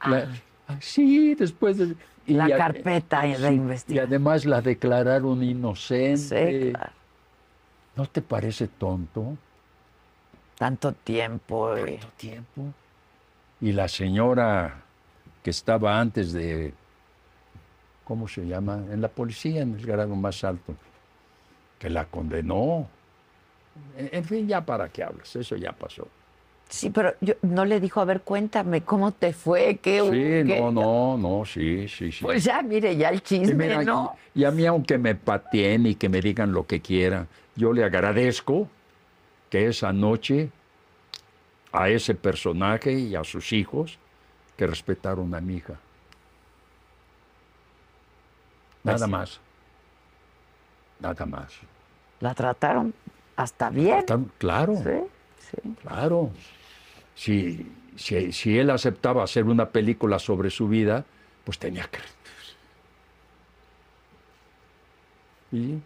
Speaker 3: La- ah, sí, después de... y
Speaker 5: La
Speaker 3: a-
Speaker 5: carpeta de
Speaker 3: sí, Y
Speaker 5: investigación.
Speaker 3: además la declararon inocente.
Speaker 5: Sí, claro.
Speaker 3: ¿No te parece tonto?
Speaker 5: Tanto tiempo. eh.
Speaker 3: tiempo. Y la señora que estaba antes de, ¿cómo se llama? En la policía, en el grado más alto, que la condenó. En, en fin, ya para qué hablas, eso ya pasó.
Speaker 5: Sí, pero yo no le dijo, a ver, cuéntame, ¿cómo te fue? ¿Qué, hubo?
Speaker 3: Sí,
Speaker 5: ¿Qué?".
Speaker 3: no, no, no, sí, sí, sí.
Speaker 5: Pues ya, mire, ya el
Speaker 3: Y
Speaker 5: chisme,
Speaker 3: mira, y-
Speaker 5: ¿no?
Speaker 3: y a mí, aunque me pateen y que me digan lo que quieran, yo le agradezco que esa noche a ese personaje y a sus hijos que respetaron a mi hija. Nada más. Nada más.
Speaker 5: La trataron hasta bien.
Speaker 3: Tan- Claro,
Speaker 5: Sí, sí.
Speaker 3: claro. Si, si, si él aceptaba hacer una película sobre su vida, pues tenía que... Y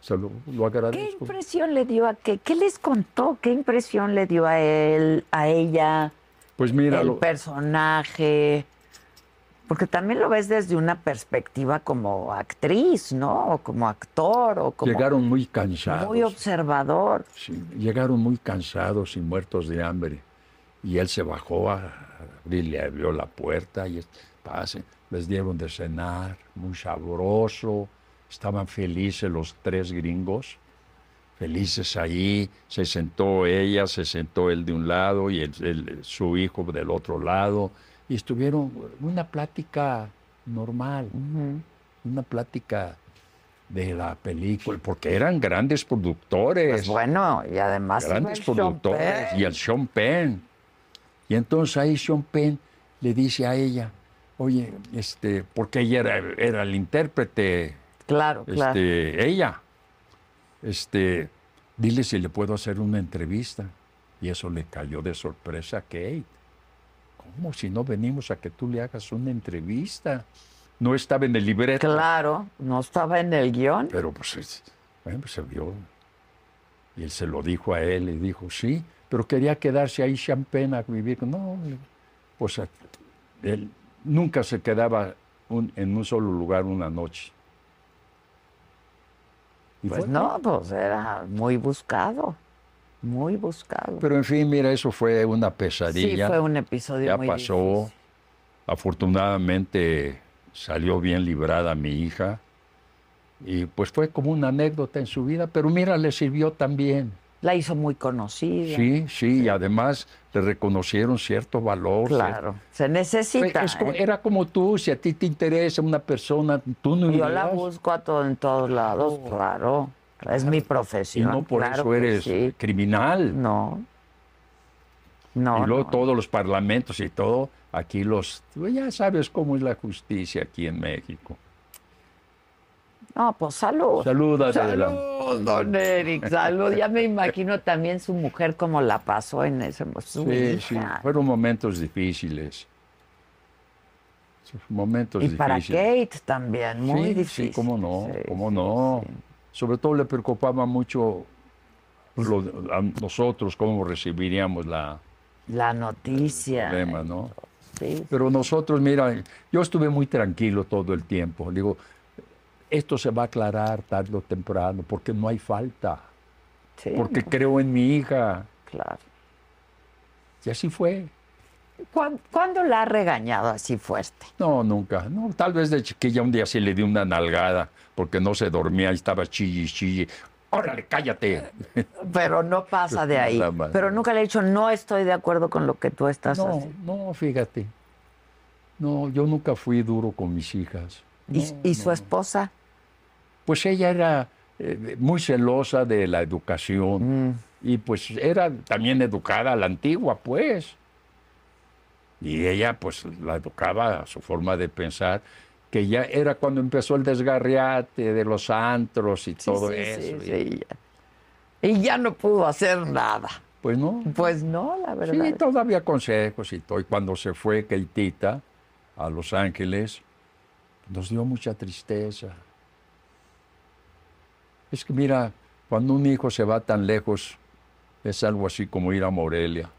Speaker 3: se lo, lo
Speaker 5: ¿Qué
Speaker 3: agradezco.
Speaker 5: impresión le dio a qué? ¿Qué les contó? ¿Qué impresión le dio a él, a ella,
Speaker 3: Pues mira,
Speaker 5: el
Speaker 3: lo-
Speaker 5: personaje? Porque también lo ves desde una perspectiva como actriz, ¿no? O como actor, o como
Speaker 3: llegaron muy cansados.
Speaker 5: muy observador.
Speaker 3: Sí, llegaron muy cansados y muertos de hambre. Y él se bajó a abrir, le abrió la puerta y es- pase. Les dieron de cenar, muy sabroso. Estaban felices los tres gringos, felices ahí. Se sentó ella, se sentó él de un lado y el- el- su hijo del otro lado. Y estuvieron una plática normal, una plática de la película, porque eran grandes productores
Speaker 5: Pues bueno, y además iba
Speaker 3: grandes
Speaker 5: el Sean
Speaker 3: productores
Speaker 5: Penn.
Speaker 3: y el Sean Penn. Y entonces ahí Sean Penn le dice a ella, oye, este, porque ella era, era el intérprete,
Speaker 5: Claro, claro.
Speaker 3: este, ella, este, dile si le puedo hacer una entrevista. Y eso le cayó de sorpresa a Kate. ¿Cómo si no venimos a que tú le hagas una entrevista? No estaba en el libreto.
Speaker 5: Claro, no estaba en el guión.
Speaker 3: Pero pues, es- bueno, pues, se vio. Y él se lo dijo a él y dijo, sí, pero quería quedarse ahí Champagne a vivir. No, pues a- él nunca se quedaba un- en un solo lugar una noche. Y
Speaker 5: Pues
Speaker 3: fue-
Speaker 5: no, pues era muy buscado, muy buscado.
Speaker 3: Pero en fin, mira, eso fue una
Speaker 5: sí,
Speaker 3: pesadilla.
Speaker 5: fue un episodio
Speaker 3: ya
Speaker 5: muy
Speaker 3: pasó.
Speaker 5: difícil.
Speaker 3: Afortunadamente salió bien librada mi hija. Y pues fue como una anécdota en su vida, pero mira, le sirvió también.
Speaker 5: La hizo muy conocida.
Speaker 3: Sí, sí, y además le reconocieron cierto valor.
Speaker 5: Claro, se
Speaker 3: cier-
Speaker 5: necesita.
Speaker 3: Es como-
Speaker 5: ¿eh?
Speaker 3: era como tú, si a ti te interesa una persona, tú no
Speaker 5: Yo la
Speaker 3: irías,
Speaker 5: busco a todo, en todos lados, claro. Es mi
Speaker 3: y
Speaker 5: profesión.
Speaker 3: no por
Speaker 5: claro
Speaker 3: eso
Speaker 5: que
Speaker 3: eres
Speaker 5: sí.
Speaker 3: criminal.
Speaker 5: No. No.
Speaker 3: y luego
Speaker 5: no.
Speaker 3: todos los parlamentos y todo, aquí los... tú Ya sabes cómo es la justicia aquí en México.
Speaker 5: No, pues salud.
Speaker 3: Saluda, Adela.
Speaker 5: Salud, don Eric, salud. Ya me imagino también su mujer cómo la pasó en ese momento.
Speaker 3: Sí, sí, fueron momentos difíciles. Sí, Momentos
Speaker 5: Y para
Speaker 3: difíciles.
Speaker 5: Kate también, muy
Speaker 3: Sí,
Speaker 5: difícil.
Speaker 3: Sí, cómo no,
Speaker 5: Sí,
Speaker 3: cómo
Speaker 5: sí,
Speaker 3: no.
Speaker 5: sí.
Speaker 3: Sobre todo le preocupaba mucho pues, lo- a nosotros cómo recibiríamos la
Speaker 5: La noticia.
Speaker 3: problema, ¿no?
Speaker 5: Sí,
Speaker 3: Pero nosotros, mira, yo estuve muy tranquilo todo el tiempo. Digo, esto se va a aclarar tarde o temprano, porque no hay falta,
Speaker 5: sí,
Speaker 3: porque creo en mi hija.
Speaker 5: claro.
Speaker 3: Y así fue.
Speaker 5: ¿Cuán- ¿Cuándo la ha regañado así fuerte?
Speaker 3: No, nunca. No, tal vez de chiquilla un día sí le di una nalgada porque no se dormía y estaba chille, y chille. Órale, cállate.
Speaker 5: Pero no pasa de ahí.
Speaker 3: Nada más.
Speaker 5: Pero nunca le he dicho, no estoy de acuerdo con lo que tú estás
Speaker 3: No,
Speaker 5: haciendo.
Speaker 3: no, fíjate. No, yo nunca fui duro con mis hijas.
Speaker 5: ¿Y, y su esposa?
Speaker 3: Pues ella era eh, muy celosa de la educación
Speaker 5: Mm.
Speaker 3: y pues era también educada a la antigua, pues. Y ella pues la educaba a su forma de pensar, que ya era cuando empezó el desgarriate de los antros y todo e,
Speaker 5: Sí, sí,
Speaker 3: eso.
Speaker 5: sí,
Speaker 3: y-
Speaker 5: sí, ya. Y ya no pudo hacer nada.
Speaker 3: Pues no,
Speaker 5: Pues no, la verdad.
Speaker 3: Sí, todavía consejos y todo. Y cuando se fue Keitita a Los Ángeles, nos dio mucha tristeza. Es que mira, cuando un hijo se va tan lejos, es algo así como ir a Morelia.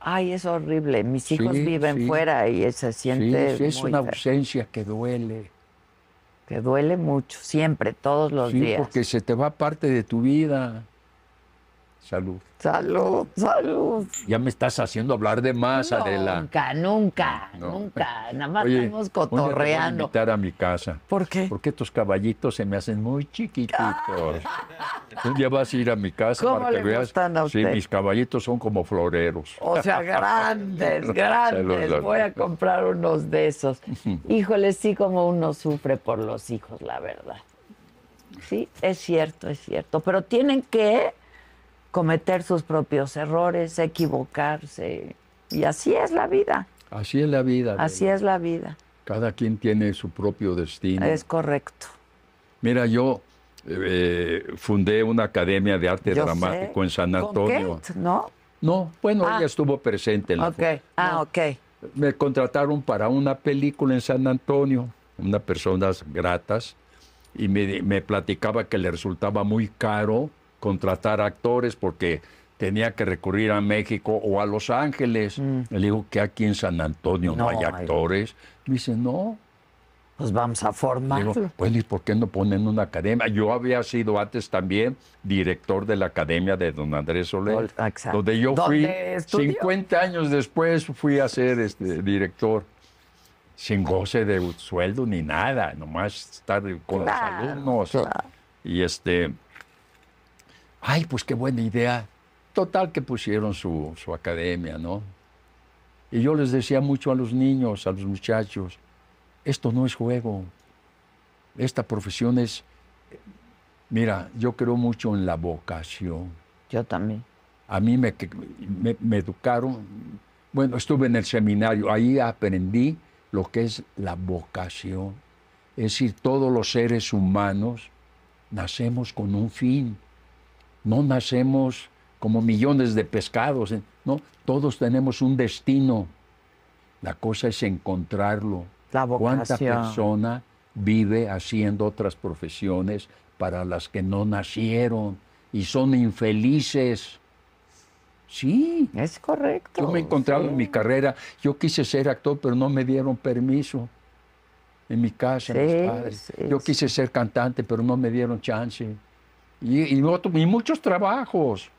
Speaker 5: Ay, es horrible. Mis hijos
Speaker 3: Sí,
Speaker 5: viven
Speaker 3: sí.
Speaker 5: fuera y se
Speaker 3: Sí,
Speaker 5: siente
Speaker 3: sí, es
Speaker 5: muy
Speaker 3: una
Speaker 5: feo.
Speaker 3: ausencia que duele.
Speaker 5: que duele mucho, siempre, todos los
Speaker 3: Sí,
Speaker 5: días.
Speaker 3: porque se te va parte de tu vida. Salud.
Speaker 5: Salud, salud.
Speaker 3: Ya me estás haciendo hablar de más, Adela.
Speaker 5: Nunca, nunca,
Speaker 3: No.
Speaker 5: nunca. Nada más
Speaker 3: Oye, un día
Speaker 5: estamos
Speaker 3: te voy a
Speaker 5: cotorreando.
Speaker 3: invitar a mi casa.
Speaker 5: ¿Por qué?
Speaker 3: Porque tus caballitos se me hacen muy chiquititos. Un día vas a ir a mi casa
Speaker 5: ¿Cómo
Speaker 3: para que
Speaker 5: le
Speaker 3: veas.
Speaker 5: gustan a
Speaker 3: sí,
Speaker 5: usted?
Speaker 3: mis caballitos son como floreros.
Speaker 5: O sea, grandes,
Speaker 3: Salud,
Speaker 5: grandes. Voy a
Speaker 3: salud.
Speaker 5: comprar unos de esos. Híjole, sí, como uno sufre por los hijos, la verdad. Sí, es cierto, es cierto. Pero tienen que cometer sus propios errores, equivocarse. Y así es la vida.
Speaker 3: Así es la vida. Adela.
Speaker 5: Así es la vida.
Speaker 3: Cada quien tiene su propio destino.
Speaker 5: Es correcto.
Speaker 3: Mira, yo eh, fundé una academia de arte
Speaker 5: Yo
Speaker 3: dramático
Speaker 5: sé.
Speaker 3: en San
Speaker 5: ¿Con
Speaker 3: Antonio.
Speaker 5: Kate, ¿No?
Speaker 3: No, bueno,
Speaker 5: Ah.
Speaker 3: ella estuvo presente. En la
Speaker 5: Ok. Ah, ok.
Speaker 3: me contrataron para una película en San Antonio, unas personas gratas, y me, me platicaba que le resultaba muy caro contratar actores porque tenía que recurrir a México o a Los Ángeles. Le digo que aquí en San Antonio no,
Speaker 5: No
Speaker 3: hay
Speaker 5: hay.
Speaker 3: actores. Me dice, no.
Speaker 5: Pues vamos a
Speaker 3: Le
Speaker 5: formarlo.
Speaker 3: Digo, bueno, ¿y por qué no ponen una academia? Yo había sido antes también director de la academia de don Andrés Soler,
Speaker 5: Sol- ah, exacto.
Speaker 3: donde yo fui,
Speaker 5: ¿Dónde estudió?
Speaker 3: 50 años después fui a ser este, director, sin goce de sueldo ni nada, nomás estar con
Speaker 5: Claro,
Speaker 3: los alumnos.
Speaker 5: claro.
Speaker 3: Y este, ay, pues qué buena idea. Total que pusieron su, su academia, ¿no? Y yo les decía mucho a los niños, a los muchachos, esto no es juego. Esta profesión es, mira, yo creo mucho en la vocación.
Speaker 5: Yo también.
Speaker 3: A mí me, que- me- me educaron, bueno, estuve en el seminario, ahí aprendí lo que es la vocación. Es decir, todos los seres humanos nacemos con un fin, no nacemos como millones de pescados, ¿eh? no, todos tenemos un destino. La cosa es encontrarlo.
Speaker 5: La
Speaker 3: ¿Cuánta
Speaker 5: vocación.
Speaker 3: persona vive haciendo otras profesiones para las que no nacieron y son infelices? Sí.
Speaker 5: Es correcto.
Speaker 8: Oh,
Speaker 3: Yo me encontraba en mi carrera, yo quise ser actor, pero no me dieron permiso. en mi
Speaker 8: Sí,
Speaker 3: casa, mis padres.
Speaker 8: sí,
Speaker 3: Yo
Speaker 8: sí.
Speaker 3: quise ser cantante, pero no me dieron chance. Y, y otro- y muchos trabajos.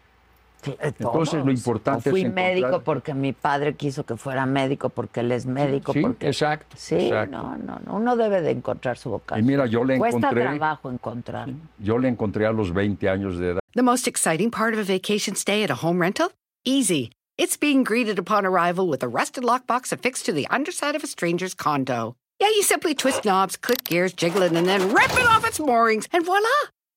Speaker 3: Entonces, lo importante
Speaker 8: O fui
Speaker 3: es encontrar-
Speaker 8: médico porque mi padre quiso que fuera médico porque él es médico
Speaker 3: Sí,
Speaker 8: porque
Speaker 3: exacto.
Speaker 8: sí
Speaker 3: exacto.
Speaker 8: no no no uno debe de encontrar su
Speaker 3: Y
Speaker 8: vocación
Speaker 3: mira, yo le
Speaker 8: cuesta
Speaker 3: encontré,
Speaker 8: trabajo encontrar
Speaker 3: yo le encontré a los 20 años de edad.
Speaker 6: The most exciting part of a vacation stay at a home rental? Easy. It's being greeted upon arrival with a rusted lockbox affixed to the underside of a stranger's condo. Yeah, you simply twist knobs, click gears, jiggle it, and then rip it off its moorings, and voila!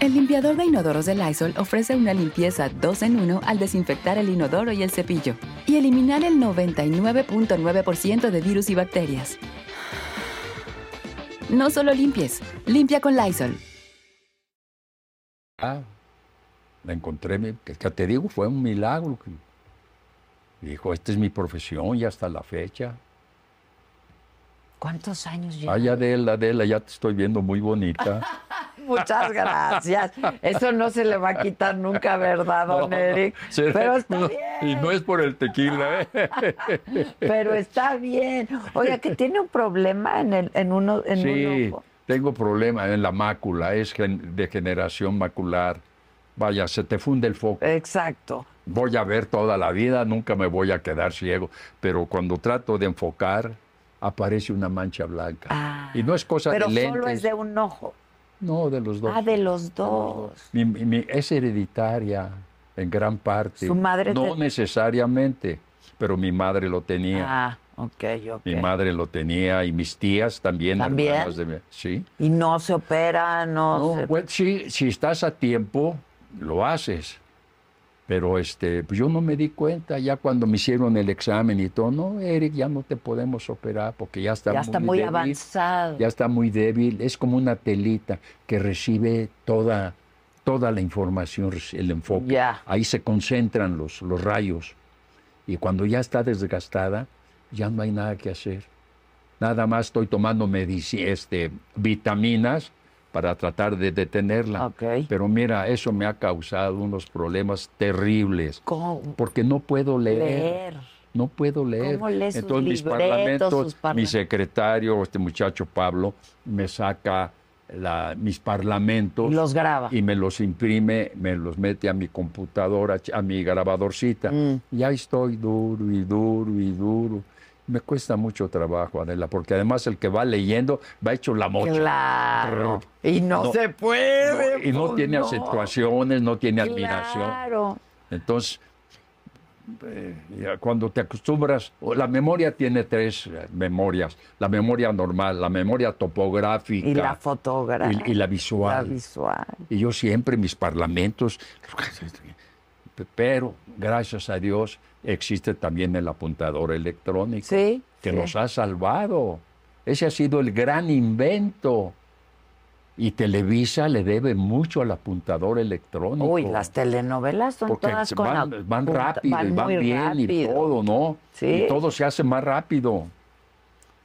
Speaker 9: El limpiador de inodoros de Lysol ofrece una limpieza 2 en 1 al desinfectar el inodoro y el cepillo y eliminar el 99.9% de virus y bacterias. No solo limpies, limpia con Lysol.
Speaker 3: Ah, la encontré, mi- que, que te digo, fue un milagro. que- Dijo, esta es mi profesión y hasta la fecha.
Speaker 5: ¿Cuántos años llevas?
Speaker 3: Ay, Adela, Adela, ya te estoy viendo muy bonita.
Speaker 5: Muchas gracias. Eso no se le va a quitar nunca, ¿verdad, don Eric?
Speaker 3: Será-
Speaker 5: Pero está
Speaker 3: no, Y
Speaker 5: bien.
Speaker 3: no es por el tequila, ¿eh?
Speaker 5: Pero está bien. Oiga, que tiene un problema en el, en uno, en un
Speaker 3: Sí,
Speaker 5: ojo.
Speaker 3: tengo problema en la mácula, es gen- degeneración macular. Vaya, se te funde el foco.
Speaker 5: Exacto.
Speaker 3: Voy a ver toda la vida, nunca me voy a quedar ciego, pero cuando trato de enfocar, aparece una mancha blanca.
Speaker 5: Ah,
Speaker 3: y no es cosa
Speaker 5: Pero
Speaker 3: de lentes.
Speaker 5: solo es de un ojo.
Speaker 3: No, de los dos.
Speaker 5: Ah, de los dos.
Speaker 3: Mi- mi- mi- es hereditaria en gran parte.
Speaker 5: Su madre
Speaker 3: No
Speaker 5: te-
Speaker 3: necesariamente, pero mi madre lo tenía.
Speaker 5: Ah, ok, ok.
Speaker 3: Mi madre lo tenía y mis tías también.
Speaker 5: ¿También?
Speaker 3: hermanas de mi- Sí.
Speaker 5: Y no se opera, no,
Speaker 3: No,
Speaker 5: se-
Speaker 3: pues, sí, si estás a tiempo, lo haces. Pero este, pues yo no me di cuenta ya cuando me hicieron el examen y todo. No, Eric, ya no te podemos operar porque ya está
Speaker 5: ya
Speaker 3: muy
Speaker 5: está muy
Speaker 3: débil,
Speaker 5: avanzado.
Speaker 3: Ya está muy débil. Es como una telita que recibe toda, toda la información, el enfoque.
Speaker 5: Ya.
Speaker 3: Ahí se concentran los, los rayos. Y cuando ya está desgastada, ya no hay nada que hacer. Nada más estoy tomando medici- este, vitaminas para tratar de detenerla.
Speaker 5: Ok.
Speaker 3: Pero mira, eso me ha causado unos problemas terribles.
Speaker 5: ¿Cómo?
Speaker 3: Porque no puedo leer.
Speaker 5: Leer.
Speaker 3: No puedo leer.
Speaker 5: ¿Cómo lee sus
Speaker 3: Entonces mis
Speaker 5: libretos,
Speaker 3: parlamentos,
Speaker 5: sus parla-
Speaker 3: mi secretario, este muchacho Pablo, me saca la- mis parlamentos
Speaker 5: Y los graba.
Speaker 3: y me los imprime, me los mete a mi computadora, ch- a mi grabadorcita.
Speaker 5: Mm.
Speaker 3: Y ahí estoy duro y duro y duro. Me cuesta mucho trabajo, Adela, porque además el que va leyendo va hecho la mocha.
Speaker 5: Claro. Y no,
Speaker 3: No.
Speaker 5: se puede.
Speaker 3: No, y no
Speaker 5: pues,
Speaker 3: tiene
Speaker 5: no.
Speaker 3: acentuaciones, no tiene admiración.
Speaker 5: Claro.
Speaker 3: Entonces, eh, ya cuando te acostumbras, o la memoria tiene tres eh, memorias: la memoria normal, la memoria topográfica
Speaker 5: Y la fotografía.
Speaker 3: y- y la visual.
Speaker 5: La visual.
Speaker 3: Y yo siempre mis parlamentos, pero gracias a Dios existe también el apuntador electrónico
Speaker 5: Sí,
Speaker 3: que
Speaker 5: sí.
Speaker 3: nos ha salvado. Ese ha sido el gran invento. Y Televisa le debe mucho al apuntador electrónico.
Speaker 5: Uy, las telenovelas son
Speaker 3: porque
Speaker 5: todas con
Speaker 3: van,
Speaker 5: apunta-
Speaker 3: van rápido y van
Speaker 5: muy
Speaker 3: bien y
Speaker 5: rápido.
Speaker 3: todo, ¿no?
Speaker 5: Sí.
Speaker 3: Y todo se hace más rápido.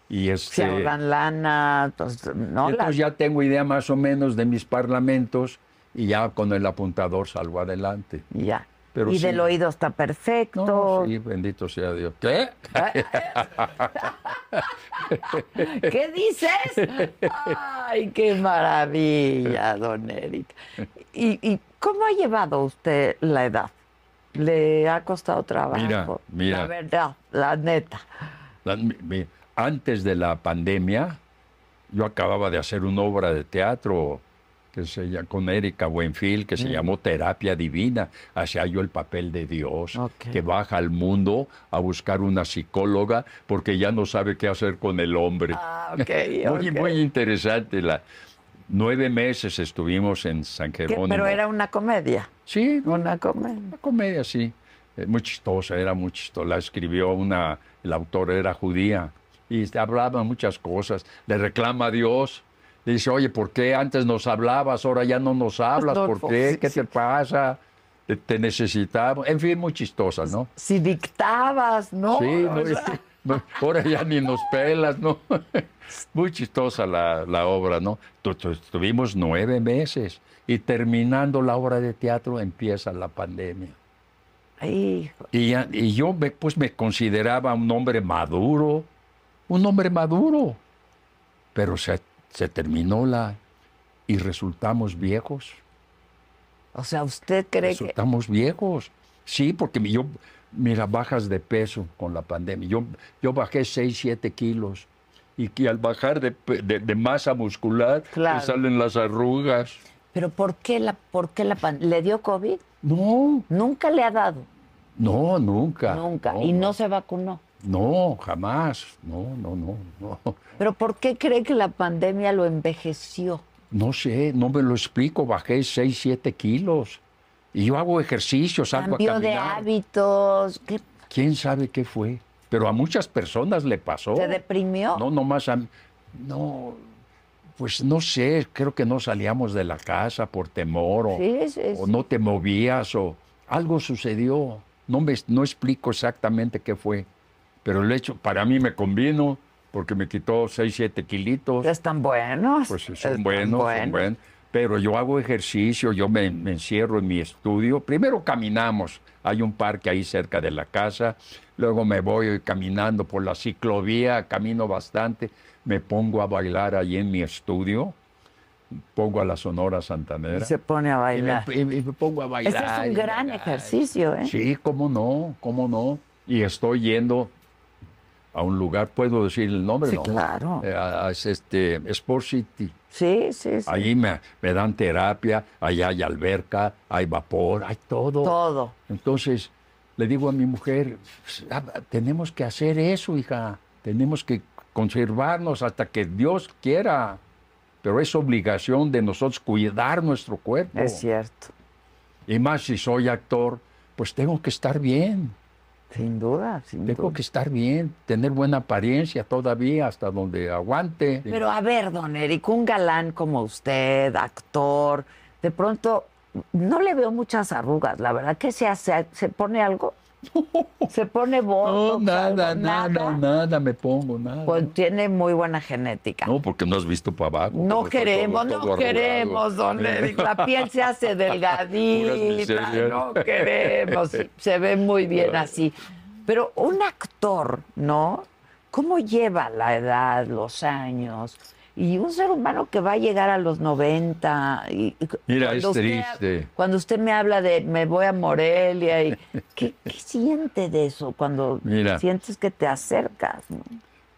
Speaker 3: Y
Speaker 5: Se
Speaker 3: este,
Speaker 5: ahorran lana, entonces, ¿no?
Speaker 3: y
Speaker 5: La-
Speaker 3: entonces ya tengo idea más o menos de mis parlamentos y ya con el apuntador salgo adelante.
Speaker 5: ya.
Speaker 3: Pero
Speaker 5: y
Speaker 3: sí.
Speaker 5: del oído está perfecto.
Speaker 3: No, sí, bendito sea Dios. ¿Qué?
Speaker 5: ¿Qué dices? Ay, qué maravilla, don Eric. ¿Y, y cómo ha llevado usted la edad? ¿Le ha costado trabajo?
Speaker 3: Mira, mira.
Speaker 5: La verdad, la neta.
Speaker 3: La- mi- mi- Antes de la pandemia, yo acababa de hacer una obra de teatro que se, lla- con Erika Buenfil que
Speaker 5: Mm.
Speaker 3: se llamó Terapia Divina. Hacía yo el papel de Dios
Speaker 5: Ok.
Speaker 3: que baja al mundo a buscar una psicóloga porque ya no sabe qué hacer con el hombre.
Speaker 5: Ah, ok,
Speaker 3: muy,
Speaker 5: ok.
Speaker 3: muy interesante. La, nueve meses estuvimos en San
Speaker 5: ¿Qué?
Speaker 3: Jerónimo.
Speaker 5: Pero era una comedia.
Speaker 3: Sí,
Speaker 5: Una comedia.
Speaker 3: Una comedia, sí. Eh, Muy chistosa, era muy chistosa. La escribió una, el autor era judía, y hablaban muchas cosas. Le reclama a Dios. Le dice, oye, ¿por qué antes nos hablabas, ahora ya no nos hablas?
Speaker 8: No,
Speaker 3: ¿Por
Speaker 8: pues, sí,
Speaker 3: qué? ¿Qué
Speaker 8: sí.
Speaker 3: te pasa? Te- Te necesitamos. En fin, muy chistosas, ¿no?
Speaker 8: Si dictabas, Pues, ¿no?
Speaker 3: Sí,
Speaker 8: O
Speaker 3: no,
Speaker 8: sea,
Speaker 3: es- no, ahora ya ni nos pelas, ¿no? Muy chistosa la, la obra, ¿no? Tu- tu- Tuvimos nueve meses y terminando la obra de teatro empieza la pandemia.
Speaker 8: hijo,
Speaker 3: Y, ya- y yo me, pues me consideraba un hombre maduro, un hombre maduro. Pero se, se terminó la... y resultamos viejos.
Speaker 8: o sea, usted cree que
Speaker 3: Resultamos viejos. Sí, porque mi- yo, mira, bajas de peso con la pandemia. Yo, yo bajé 6, 7 kilos. Y que al bajar de, pe- de- de masa muscular, te
Speaker 8: Claro.
Speaker 3: salen las arrugas.
Speaker 8: Pero ¿por qué la, por qué la pan- le dio COVID?
Speaker 3: No,
Speaker 8: Nunca le ha dado,
Speaker 3: Ah, no, nunca.
Speaker 8: nunca, y no se vacunó.
Speaker 3: No, jamás. No, no, no, no.
Speaker 8: Pero ¿por qué cree que la pandemia lo envejeció?
Speaker 3: No sé, no me lo explico. Bajé 6, 7 kilos. Y yo hago ejercicio, salgo a
Speaker 8: Cambió de
Speaker 3: caminar.
Speaker 8: hábitos, ¿qué
Speaker 3: ¿Quién sabe qué fue? Pero a muchas personas le pasó.
Speaker 8: te deprimió?
Speaker 3: No, nomás a mí- No, pues no sé, creo que no salíamos de la casa por temor o,
Speaker 8: Sí, es- es-
Speaker 3: o no te movías o algo sucedió. No, me, no explico exactamente qué fue, pero el hecho para mí me convino porque me quitó 6, 7 kilitos.
Speaker 5: Están buenos.
Speaker 3: Pues sí,
Speaker 5: están
Speaker 3: son buenos, son buenos. Pero yo hago ejercicio, yo me, me encierro en mi estudio. Primero caminamos, hay un parque ahí cerca de la casa. Luego me voy caminando por la ciclovía, camino bastante. Me pongo a bailar ahí en mi estudio. Pongo a la Sonora
Speaker 5: Y
Speaker 3: Santanera.
Speaker 5: se pone a
Speaker 3: y me,
Speaker 5: bailar.
Speaker 3: y me pongo a bailar.
Speaker 5: Ese es un
Speaker 3: y
Speaker 5: gran
Speaker 3: bailar.
Speaker 5: ejercicio, ¿eh?
Speaker 3: Sí, cómo no, cómo no. Y estoy yendo a un lugar, ¿puedo decir el nombre?
Speaker 5: Sí,
Speaker 3: no.
Speaker 5: claro.
Speaker 3: Eh, a- a- es este, Sport City.
Speaker 5: Sí, sí, sí.
Speaker 3: Ahí me, me dan terapia, allá hay alberca, hay vapor, hay todo.
Speaker 5: Todo.
Speaker 3: Entonces le digo a mi mujer, "Ah, tenemos que hacer eso, hija, tenemos que conservarnos hasta que Dios quiera. Pero es obligación de nosotros cuidar nuestro cuerpo.
Speaker 5: Es cierto.
Speaker 3: Y más si soy actor, pues tengo que estar bien.
Speaker 5: Sin duda, sin
Speaker 3: Tengo
Speaker 5: duda.
Speaker 3: que estar bien, tener buena apariencia todavía hasta donde aguante.
Speaker 5: Pero a ver, don Eric, un galán como usted, actor, de pronto no le veo muchas arrugas, la verdad. ¿Qué se hace? ¿Se pone algo? ¿Se pone
Speaker 3: no,
Speaker 5: botox?
Speaker 3: nada,
Speaker 5: algo?
Speaker 3: nada, nada, me pongo, nada.
Speaker 5: Pues tiene muy buena genética.
Speaker 3: No, porque no has visto para abajo.
Speaker 5: No
Speaker 3: porque está
Speaker 5: queremos,
Speaker 3: todo-
Speaker 5: no
Speaker 3: todo arrugado.
Speaker 5: queremos, don Eric. La piel se hace delgadita,
Speaker 3: miserias.
Speaker 5: no queremos. sí, Se ve muy bien así. Pero un actor, ¿no? ¿Cómo lleva la edad, los años? Y un ser humano que va a llegar a los 90. Y, y
Speaker 3: Mira, es
Speaker 5: cuando usted-
Speaker 3: triste.
Speaker 5: cuando usted me habla de me voy a Morelia, y, ¿qué, qué siente de eso cuando
Speaker 3: Mira.
Speaker 5: sientes que te acercas? no?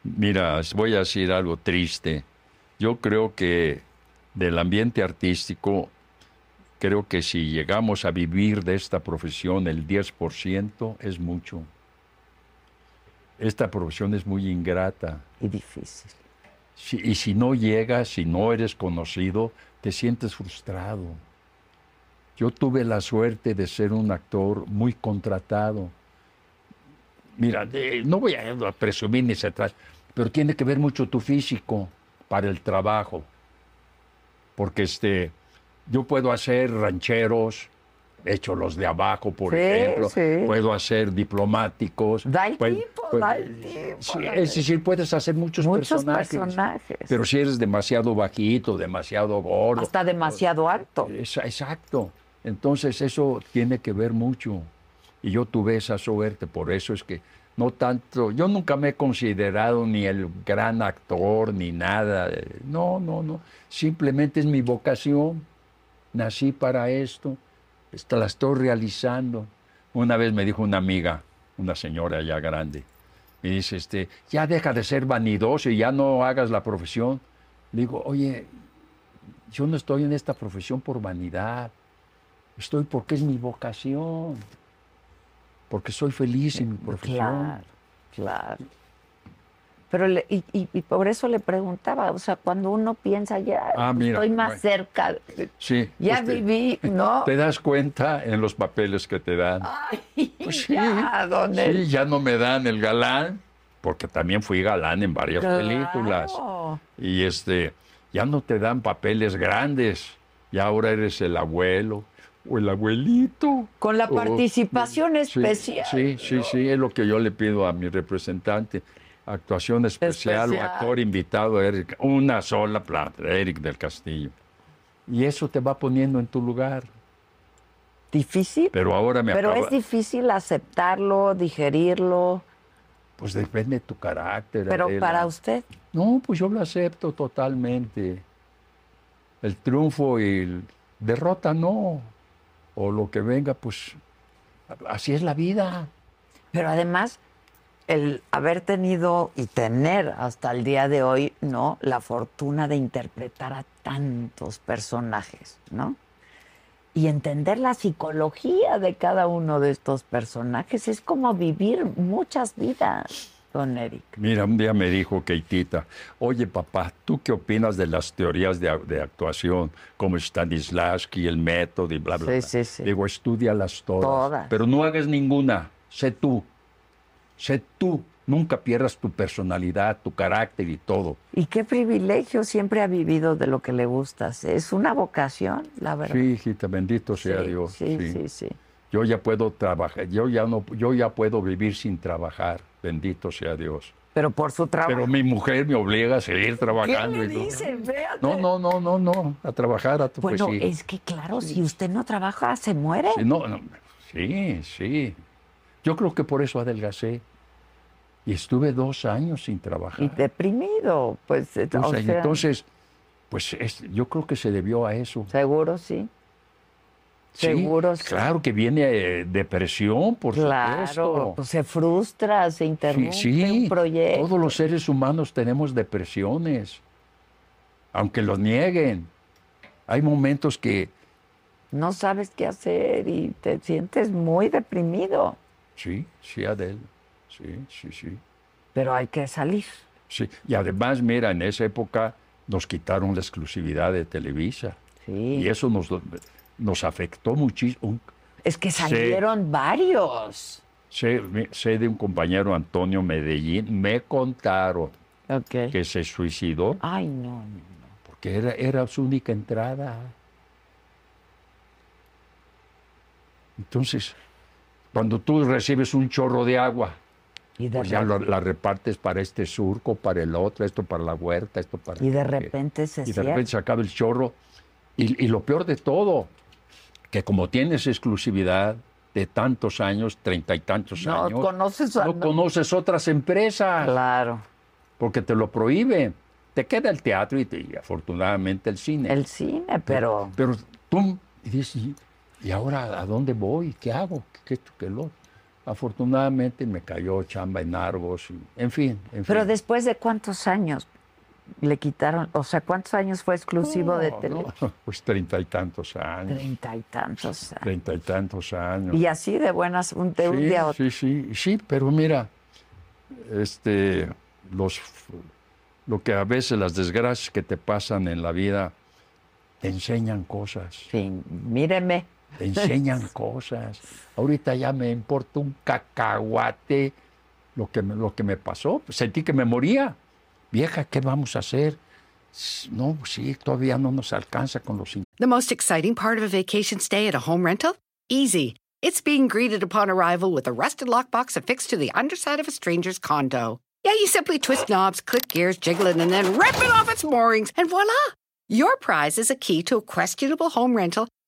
Speaker 3: Mira, voy a decir algo triste. Yo creo que del ambiente artístico, creo que si llegamos a vivir de esta profesión, el 10% es mucho. Esta profesión es muy ingrata.
Speaker 5: Y difícil.
Speaker 3: Si- y si no llegas, si no eres conocido, te sientes frustrado. Yo tuve la suerte de ser un actor muy contratado. Mira, de- no voy a, a presumir ni se trata, pero tiene que ver mucho tu físico para el trabajo. Porque este, yo puedo hacer rancheros, hecho los de abajo, por
Speaker 5: Sí,
Speaker 3: ejemplo.
Speaker 5: sí.
Speaker 3: Puedo hacer diplomáticos.
Speaker 5: Da el
Speaker 3: puedo-
Speaker 5: tipo,
Speaker 3: puedo-
Speaker 5: da el tipo,
Speaker 3: Sí,
Speaker 5: la
Speaker 3: es decir, puedes hacer muchos,
Speaker 5: Muchos personajes.
Speaker 3: pero si eres demasiado bajito, demasiado gordo.
Speaker 5: Hasta demasiado alto.
Speaker 3: Es- exacto. Entonces eso tiene que ver mucho. Y yo tuve esa suerte, por eso es que no tanto, yo nunca me he considerado ni el gran actor ni nada. eh, No, no, no. Simplemente es mi vocación. Nací para esto. Esta- la estoy realizando. Una vez me dijo una amiga, una señora ya grande, me dice, este, ya deja de ser vanidoso y ya no hagas la profesión. Le digo, oye, yo no estoy en esta profesión por vanidad. Estoy porque es mi vocación. Porque soy feliz en mi profesión.
Speaker 5: Claro, claro. Pero le- y, y- y por eso le preguntaba, o sea, cuando uno piensa ya
Speaker 3: Ah, mira,
Speaker 5: estoy más
Speaker 3: bueno.
Speaker 5: cerca,
Speaker 3: Sí.
Speaker 5: ya
Speaker 3: este,
Speaker 5: viví, ¿no?
Speaker 3: Te das cuenta en los papeles que te dan. Pues
Speaker 5: Ay, ya, don Eric.
Speaker 3: Sí, ya no me dan el galán, porque también fui galán en varias películas. Y este, ya no te dan papeles grandes, ya ahora eres el abuelo o el abuelito.
Speaker 5: Con la
Speaker 3: o-
Speaker 5: participación
Speaker 3: Sí,
Speaker 5: especial.
Speaker 3: Sí, sí, sí, es lo que yo le pido a mi representante. Actuación especial, o
Speaker 5: Especial.
Speaker 3: actor invitado, Eric. Una sola plata, Eric del Castillo. Y eso te va poniendo en tu lugar.
Speaker 5: Difícil,
Speaker 3: Pero ahora me
Speaker 5: pero
Speaker 3: acaba-
Speaker 5: es difícil aceptarlo, digerirlo.
Speaker 3: Pues depende de tu carácter.
Speaker 5: Pero
Speaker 3: Adela.
Speaker 5: para usted,
Speaker 3: No, pues yo lo acepto totalmente. El triunfo y el- derrota no. O lo que venga, pues así es la vida.
Speaker 5: pero además el haber tenido y tener hasta el día de hoy, ¿no? La fortuna de interpretar a tantos personajes, ¿no? Y entender la psicología de cada uno de estos personajes es como vivir muchas vidas, don Eric.
Speaker 3: Mira, un día me dijo Keitita, oye papá, ¿tú qué opinas de las teorías de, a- de actuación como Stanislavski, el método y bla, bla?
Speaker 5: Sí,
Speaker 3: bla?
Speaker 5: sí, sí.
Speaker 3: Digo, estudialas todas,
Speaker 5: Todas.
Speaker 3: pero no hagas ninguna, sé tú, sé tú, nunca pierdas tu personalidad, tu carácter y todo.
Speaker 5: Y qué privilegio siempre ha vivido de lo que le gusta. Es una vocación, la verdad.
Speaker 3: Sí, hijita, bendito sea
Speaker 5: Sí,
Speaker 3: Dios.
Speaker 5: Sí,
Speaker 3: sí.
Speaker 5: sí, sí.
Speaker 3: Yo ya puedo trabajar, yo ya, no, yo ya puedo vivir sin trabajar, bendito sea Dios.
Speaker 5: Pero por su trabajo.
Speaker 3: Pero mi mujer me obliga a seguir trabajando. y todo.
Speaker 5: Véate.
Speaker 3: No, no, no, no, no, a trabajar a tu
Speaker 5: Bueno,
Speaker 3: pues sí.
Speaker 5: es que claro, si usted no trabaja, se muere.
Speaker 3: Sí, no, no, sí, sí. Yo creo que por eso adelgacé. Y estuve dos años sin trabajar.
Speaker 5: Y deprimido, pues. eh,
Speaker 3: Dos
Speaker 5: o
Speaker 3: años.
Speaker 5: sea,
Speaker 3: Entonces, pues es- yo creo que se debió a eso.
Speaker 5: Seguro, sí.
Speaker 3: Sí,
Speaker 5: seguro sí.
Speaker 3: Claro que viene eh, depresión, por
Speaker 5: Claro,
Speaker 3: supuesto.
Speaker 5: pues se frustra, se interrumpe un proyecto.
Speaker 3: Todos los seres humanos tenemos depresiones, aunque los nieguen. Hay momentos que,
Speaker 5: No sabes qué hacer y te sientes muy deprimido.
Speaker 3: sí, sí, Adel, sí, sí, sí.
Speaker 5: Pero hay que salir.
Speaker 3: sí. Y además, mira, en esa época nos quitaron la exclusividad de Televisa
Speaker 5: Sí.
Speaker 3: y eso nos, nos afectó muchísimo.
Speaker 5: Es que salieron varios.
Speaker 3: Sé, me- sé de un compañero, Antonio Medellín, me contaron
Speaker 5: Ok.
Speaker 3: que se suicidó
Speaker 5: Ay, no, no.
Speaker 3: porque era, era su única entrada. Entonces, cuando tú recibes un chorro de agua,
Speaker 5: Y de,
Speaker 3: pues ya
Speaker 5: re-
Speaker 3: lo- la repartes para este surco, para el otro, esto para la huerta, esto para...
Speaker 5: y de
Speaker 3: eh,
Speaker 5: repente se
Speaker 3: y de
Speaker 5: cierra.
Speaker 3: repente se acaba el chorro. Y, y lo peor de todo, que como tienes exclusividad de tantos años, treinta y tantos
Speaker 5: No,
Speaker 3: años,
Speaker 5: conoces a-
Speaker 3: no conoces otras empresas
Speaker 5: Claro,
Speaker 3: porque te lo prohíben. Te queda el teatro y, te- y afortunadamente el cine.
Speaker 5: el cine, pero
Speaker 3: Pero tú y dices, "¿Y- ¿y ahora a dónde voy? ¿Qué hago? ¿Qué- ¿Qué esto, qué lo? otro?". Afortunadamente me cayó chamba en Argos. y- en fin, en
Speaker 5: pero
Speaker 3: fin.
Speaker 5: después de cuántos años le quitaron, o sea, ¿cuántos años fue exclusivo de
Speaker 3: No,
Speaker 5: tele?
Speaker 3: no, Pues treinta y tantos años.
Speaker 5: este Treinta y tantos años.
Speaker 3: Treinta y tantos años.
Speaker 5: Y así de buenas, un, de un
Speaker 3: sí,
Speaker 5: día a otro.
Speaker 3: sí, sí, sí, pero mira, este, los, lo que a veces las desgracias que te pasan en la vida te enseñan cosas,
Speaker 5: Sí, míreme.
Speaker 3: te enseñan cosas. Ahorita ya me importa un cacahuate lo que me, lo que me pasó. Sentí que me moría. Vieja, ¿qué vamos a hacer? S- No, pues sí, todavía no nos alcanza con los
Speaker 6: The most exciting part of a vacation stay at a home rental? Easy. It's being greeted upon arrival with a rusted lockbox affixed to the underside of a stranger's condo. Yeah, you simply twist knobs, click gears, jiggle it, and then rip it off its moorings, and voila! Your prize is a key to a questionable home rental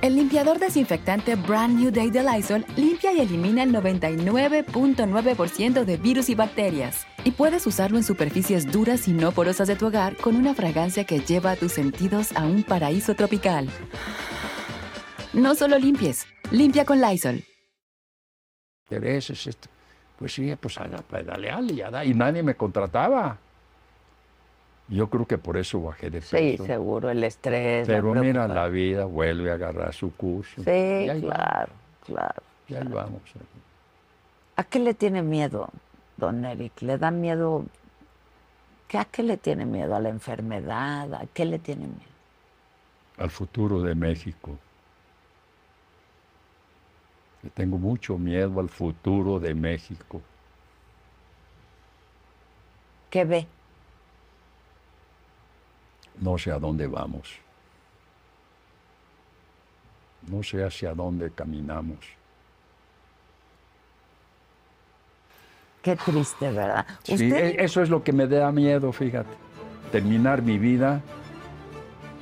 Speaker 9: El limpiador desinfectante Brand New Day de Lysol limpia y elimina el 99.9% de virus y bacterias. Y puedes usarlo en superficies duras y no porosas de tu hogar con una fragancia que lleva a tus sentidos a un paraíso tropical. No solo limpies, limpia con Lysol.
Speaker 3: intereses. este. Esto. Pues sí, pues a- a pedalearle y a dar- Y nadie me contrataba. Yo creo que por eso bajé de peso.
Speaker 5: Sí, seguro, el estrés. la
Speaker 3: Pero mira,
Speaker 5: preocupación.
Speaker 3: la vida vuelve a agarrar su curso. Y
Speaker 5: Sí,
Speaker 3: ahí
Speaker 5: claro, claro.
Speaker 3: vamos, y ahí vamos.
Speaker 5: ¿A qué le tiene miedo, don Eric? ¿Le da miedo? ¿Qué, ¿A qué le tiene miedo? ¿A la enfermedad? ¿A qué le tiene miedo?
Speaker 3: Al futuro de México. Le tengo mucho miedo al futuro de México.
Speaker 5: ¿Qué ve?
Speaker 3: No sé a dónde vamos. No sé hacia dónde caminamos.
Speaker 5: Qué triste, ¿verdad?
Speaker 3: Sí,
Speaker 5: Usted,
Speaker 3: e- eso es lo que me da miedo, fíjate. Terminar mi vida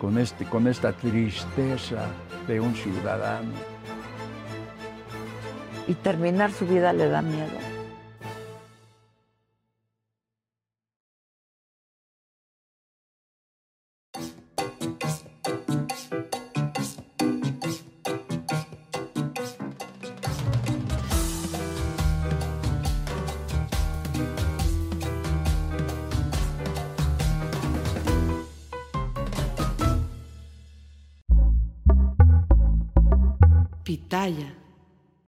Speaker 3: con, este, con esta tristeza de un ciudadano.
Speaker 5: y terminar su vida le da miedo.
Speaker 10: Pitaya.